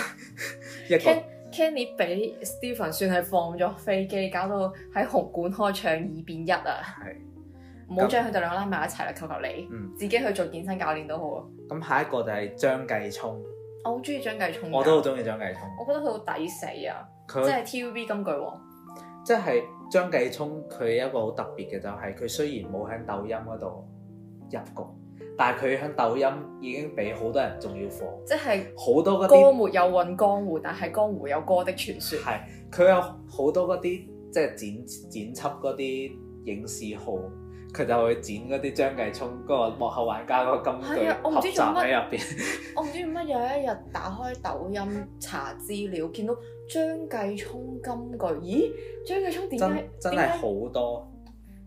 S1: 一個
S2: Ken Kenny 俾 Stephen 算係放咗飛機，搞到喺紅館開唱二變一啊！
S1: 係
S2: 唔好將佢哋兩個拉埋一齊啦，求求你，
S1: 嗯，
S2: 自己去做健身教練都好啊！
S1: 咁下一個就係張繼聰，
S2: 我好中意張繼聰㗎，
S1: 我都好中意張繼聰，
S2: 我覺得佢好抵死啊！嗯即
S1: 佢
S2: 係 TVB 金句王，
S1: 即係張繼聰佢一個好特別嘅就係佢雖然冇喺抖音嗰度入局，但係佢喺抖音已經比好多人仲要火，
S2: 即係
S1: 好多嗰
S2: 歌
S1: 啲
S2: 沒有混江湖，但係江湖有歌的傳說。
S1: 係佢有好多嗰啲即係剪剪輯嗰啲影視號，佢就會剪嗰啲張繼聰嗰個幕後玩家嗰個金句
S2: 係啊我唔
S1: 合
S2: 知
S1: 集
S2: 做乜
S1: 喺入邊，
S2: 我唔知點解有一日打開抖音查資料，見到張繼聰金句，咦？張繼聰點解
S1: 真真
S2: 點
S1: 係
S2: 解
S1: 好多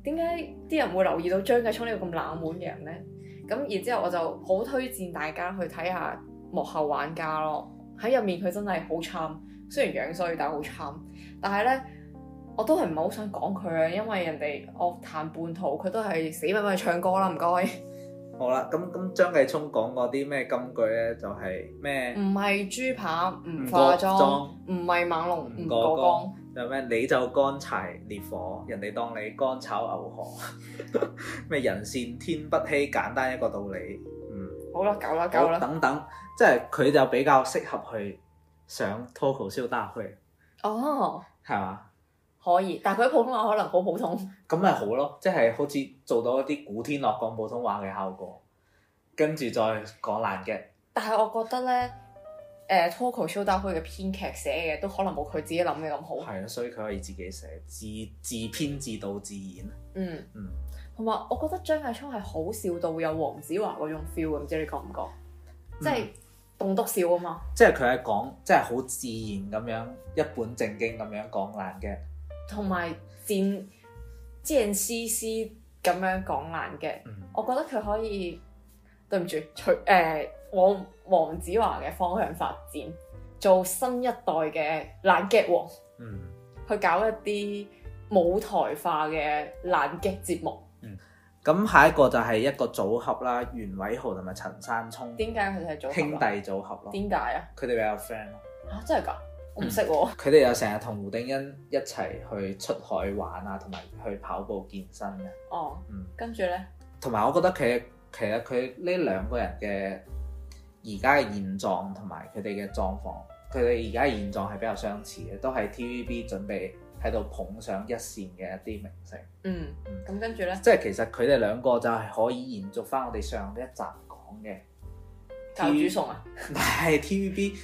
S2: 點解啲人會留意到張繼聰呢個咁冷門嘅人呢？咁然之後我就好推薦大家去睇下幕後玩家咯。喺入面佢真係好慘，雖然樣衰但係好慘。但係呢，我都係唔係好想講佢啊，因為人哋樂壇半途佢都係死咪咪唱歌啦，唔該。
S1: 好啦。咁咁張繼聰講嗰啲咩金句咧，就係咩
S2: 唔係豬扒，嗯唔
S1: 唔
S2: 化
S1: 化
S2: 妝，
S1: 妝。
S2: 唔係猛龍，唔
S1: 唔
S2: 過
S1: 過
S2: 江
S1: 江。有咩你就乾柴烈火，人哋當你乾炒牛河， 咩人善天不欺，簡單一個道理。嗯，
S2: 好啦，夠啦，夠啦。
S1: 等等，即係佢就比較適合去上脱口秀大會，
S2: 哦，
S1: 係嘛？
S2: 可以，但係佢普通話可能好普通。
S1: 咁咪好咯，即係好似做到一啲古天樂講普通話嘅效果，跟住再講爛嘅。
S2: 但係我覺得咧，誒 t o k o s h o w 嘅編劇寫嘅都可能冇佢自己諗嘅咁好。
S1: 係啊，所以佢可以自己寫，自自編自導自演。
S2: 嗯
S1: 嗯，
S2: 同埋我覺得張繼聰係好笑到有黃子華嗰種 feel 嘅，唔知你覺唔覺？即係棟篤笑啊嘛。
S1: 嗯即係佢係講，即係好自然咁樣，一本正經咁樣講爛嘅。
S2: 同埋戰戰絲絲咁樣講爛嘅，
S1: 嗯
S2: 我覺得佢可以對唔住，取誒、呃往黃子華嘅方向發展，做新一代嘅爛劇王，
S1: 嗯。
S2: 去搞一啲舞台化嘅爛劇節目。
S1: 咁下一個就係一個組合啦，袁偉豪同埋陳山聰兄弟
S2: 點解佢哋係組合啊？
S1: 組合咯，
S2: 點解啊？
S1: 佢哋比較 friend 咯。
S2: 嚇、真係㗎，我唔識喎。
S1: 佢哋又成日同胡定欣一齊去出海玩啊，同埋去跑步健身嘅。
S2: 哦，
S1: 嗯，
S2: 跟住咧，
S1: 同埋我覺得佢其實佢呢兩個人嘅而家嘅現狀同埋佢哋嘅狀況，佢哋而家嘅現狀係比較相似嘅，都係 TVB 準備喺度捧上一線嘅一啲明星。
S2: 嗯，咁跟住咧，
S1: 即係其實佢哋兩個就係可以延續翻我哋上一集講嘅。
S2: 教主送啊，
S1: 唔係 TVB，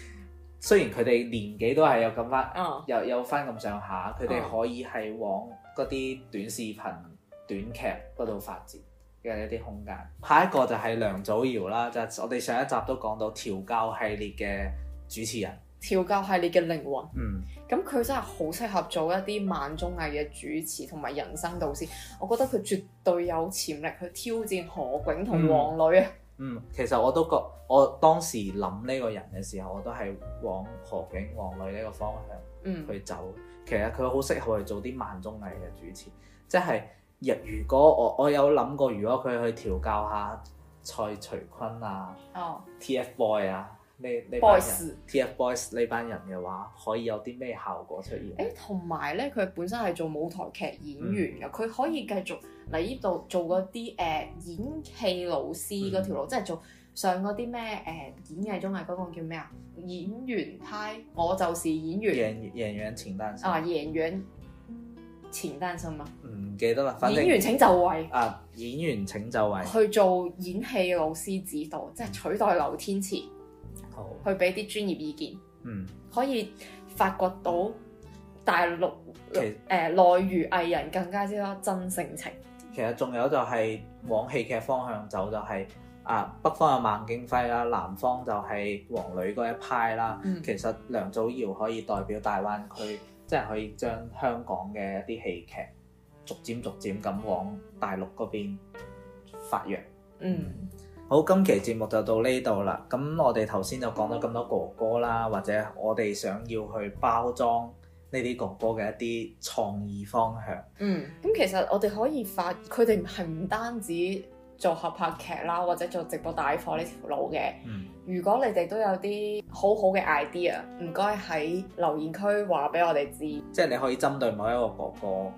S1: 雖然佢哋年紀都係有咁翻，
S2: 嗯，
S1: 有有翻咁上下，佢哋
S2: 嗯
S1: 可以係往嗰啲短視頻、短劇嗰度發展嘅一啲空間。下一個就係梁祖堯啦，就係我哋上一集都講到調教系列嘅主持人，
S2: 調教系列嘅靈魂。
S1: 嗯，
S2: 咁佢真係好適合做一啲慢綜藝嘅主持同埋人生導師，我覺得佢絕對有潛力去挑戰何炅同黃磊啊！
S1: 嗯，其實我都覺，我當時諗呢個人嘅時候，我都係往何景、黃磊呢個方向。
S2: 嗯，
S1: 去走。其實佢好適合去做啲慢綜藝嘅主持，即係若如果我我有諗過，如果佢去調教下蔡徐坤啊、
S2: 哦
S1: TFBOY 啊呢呢班人
S2: ，boys，
S1: TFBOYS 呢班人嘅話，可以有啲咩效果出現？
S2: 誒同埋咧，佢本身係做舞台劇演
S1: 嗯
S2: 員嘅，佢、可
S1: 嗯
S2: 以繼續嚟呢度做嗰啲誒演戲老師嗰條路，即係做上嗰啲咩誒演藝綜藝嗰個叫咩啊？演員派，我就是演員
S1: 演演員請單身，
S2: 啊，演員前單身啊，
S1: 唔記得啦，反正
S2: 演員請就位。
S1: 啊演員請就位，
S2: 去做演戲老師指導，即係取代劉天池去
S1: 好
S2: 俾啲專業意見，
S1: 嗯
S2: 可以發掘到大陸
S1: 其
S2: 誒、呃、內娛藝人更加之多真性情。
S1: 其實仲有就係往戲劇方向走，就係、啊北方有孟京輝啦，南方就係黃磊嗰一派啦。
S2: 嗯
S1: 其實梁祖堯可以代表大灣區，即係可以將香港嘅一啲戲劇逐漸逐漸咁往大陸嗰邊發揚。
S2: 嗯，
S1: 好，今期節目就到呢度啦。咁我哋頭先就講咗咁多哥哥啦，或者我哋想要去包裝呢啲哥哥嘅一啲創意方向。
S2: 嗯，咁其實我哋可以發，佢哋係唔單止做合拍劇啦，或者做直播帶貨呢條路嘅。
S1: 嗯，
S2: 如果你哋都有啲好好嘅 idea，唔該喺留言區話俾我哋知。
S1: 即係你可以針對某一個哥哥，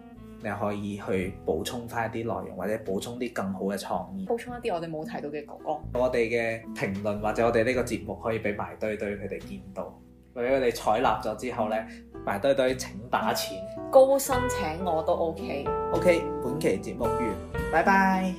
S1: 你可以去補充翻一啲內容，或者補充啲更好嘅創意。
S2: 補充一啲我哋冇提到嘅哥哥。
S1: 我哋嘅評論或者我哋呢個節目可以俾埋堆堆佢哋見到，或者佢哋採納咗之後呢，埋堆堆請打錢。
S2: 高薪請我都 OK。
S1: OK，本期節目完，拜拜。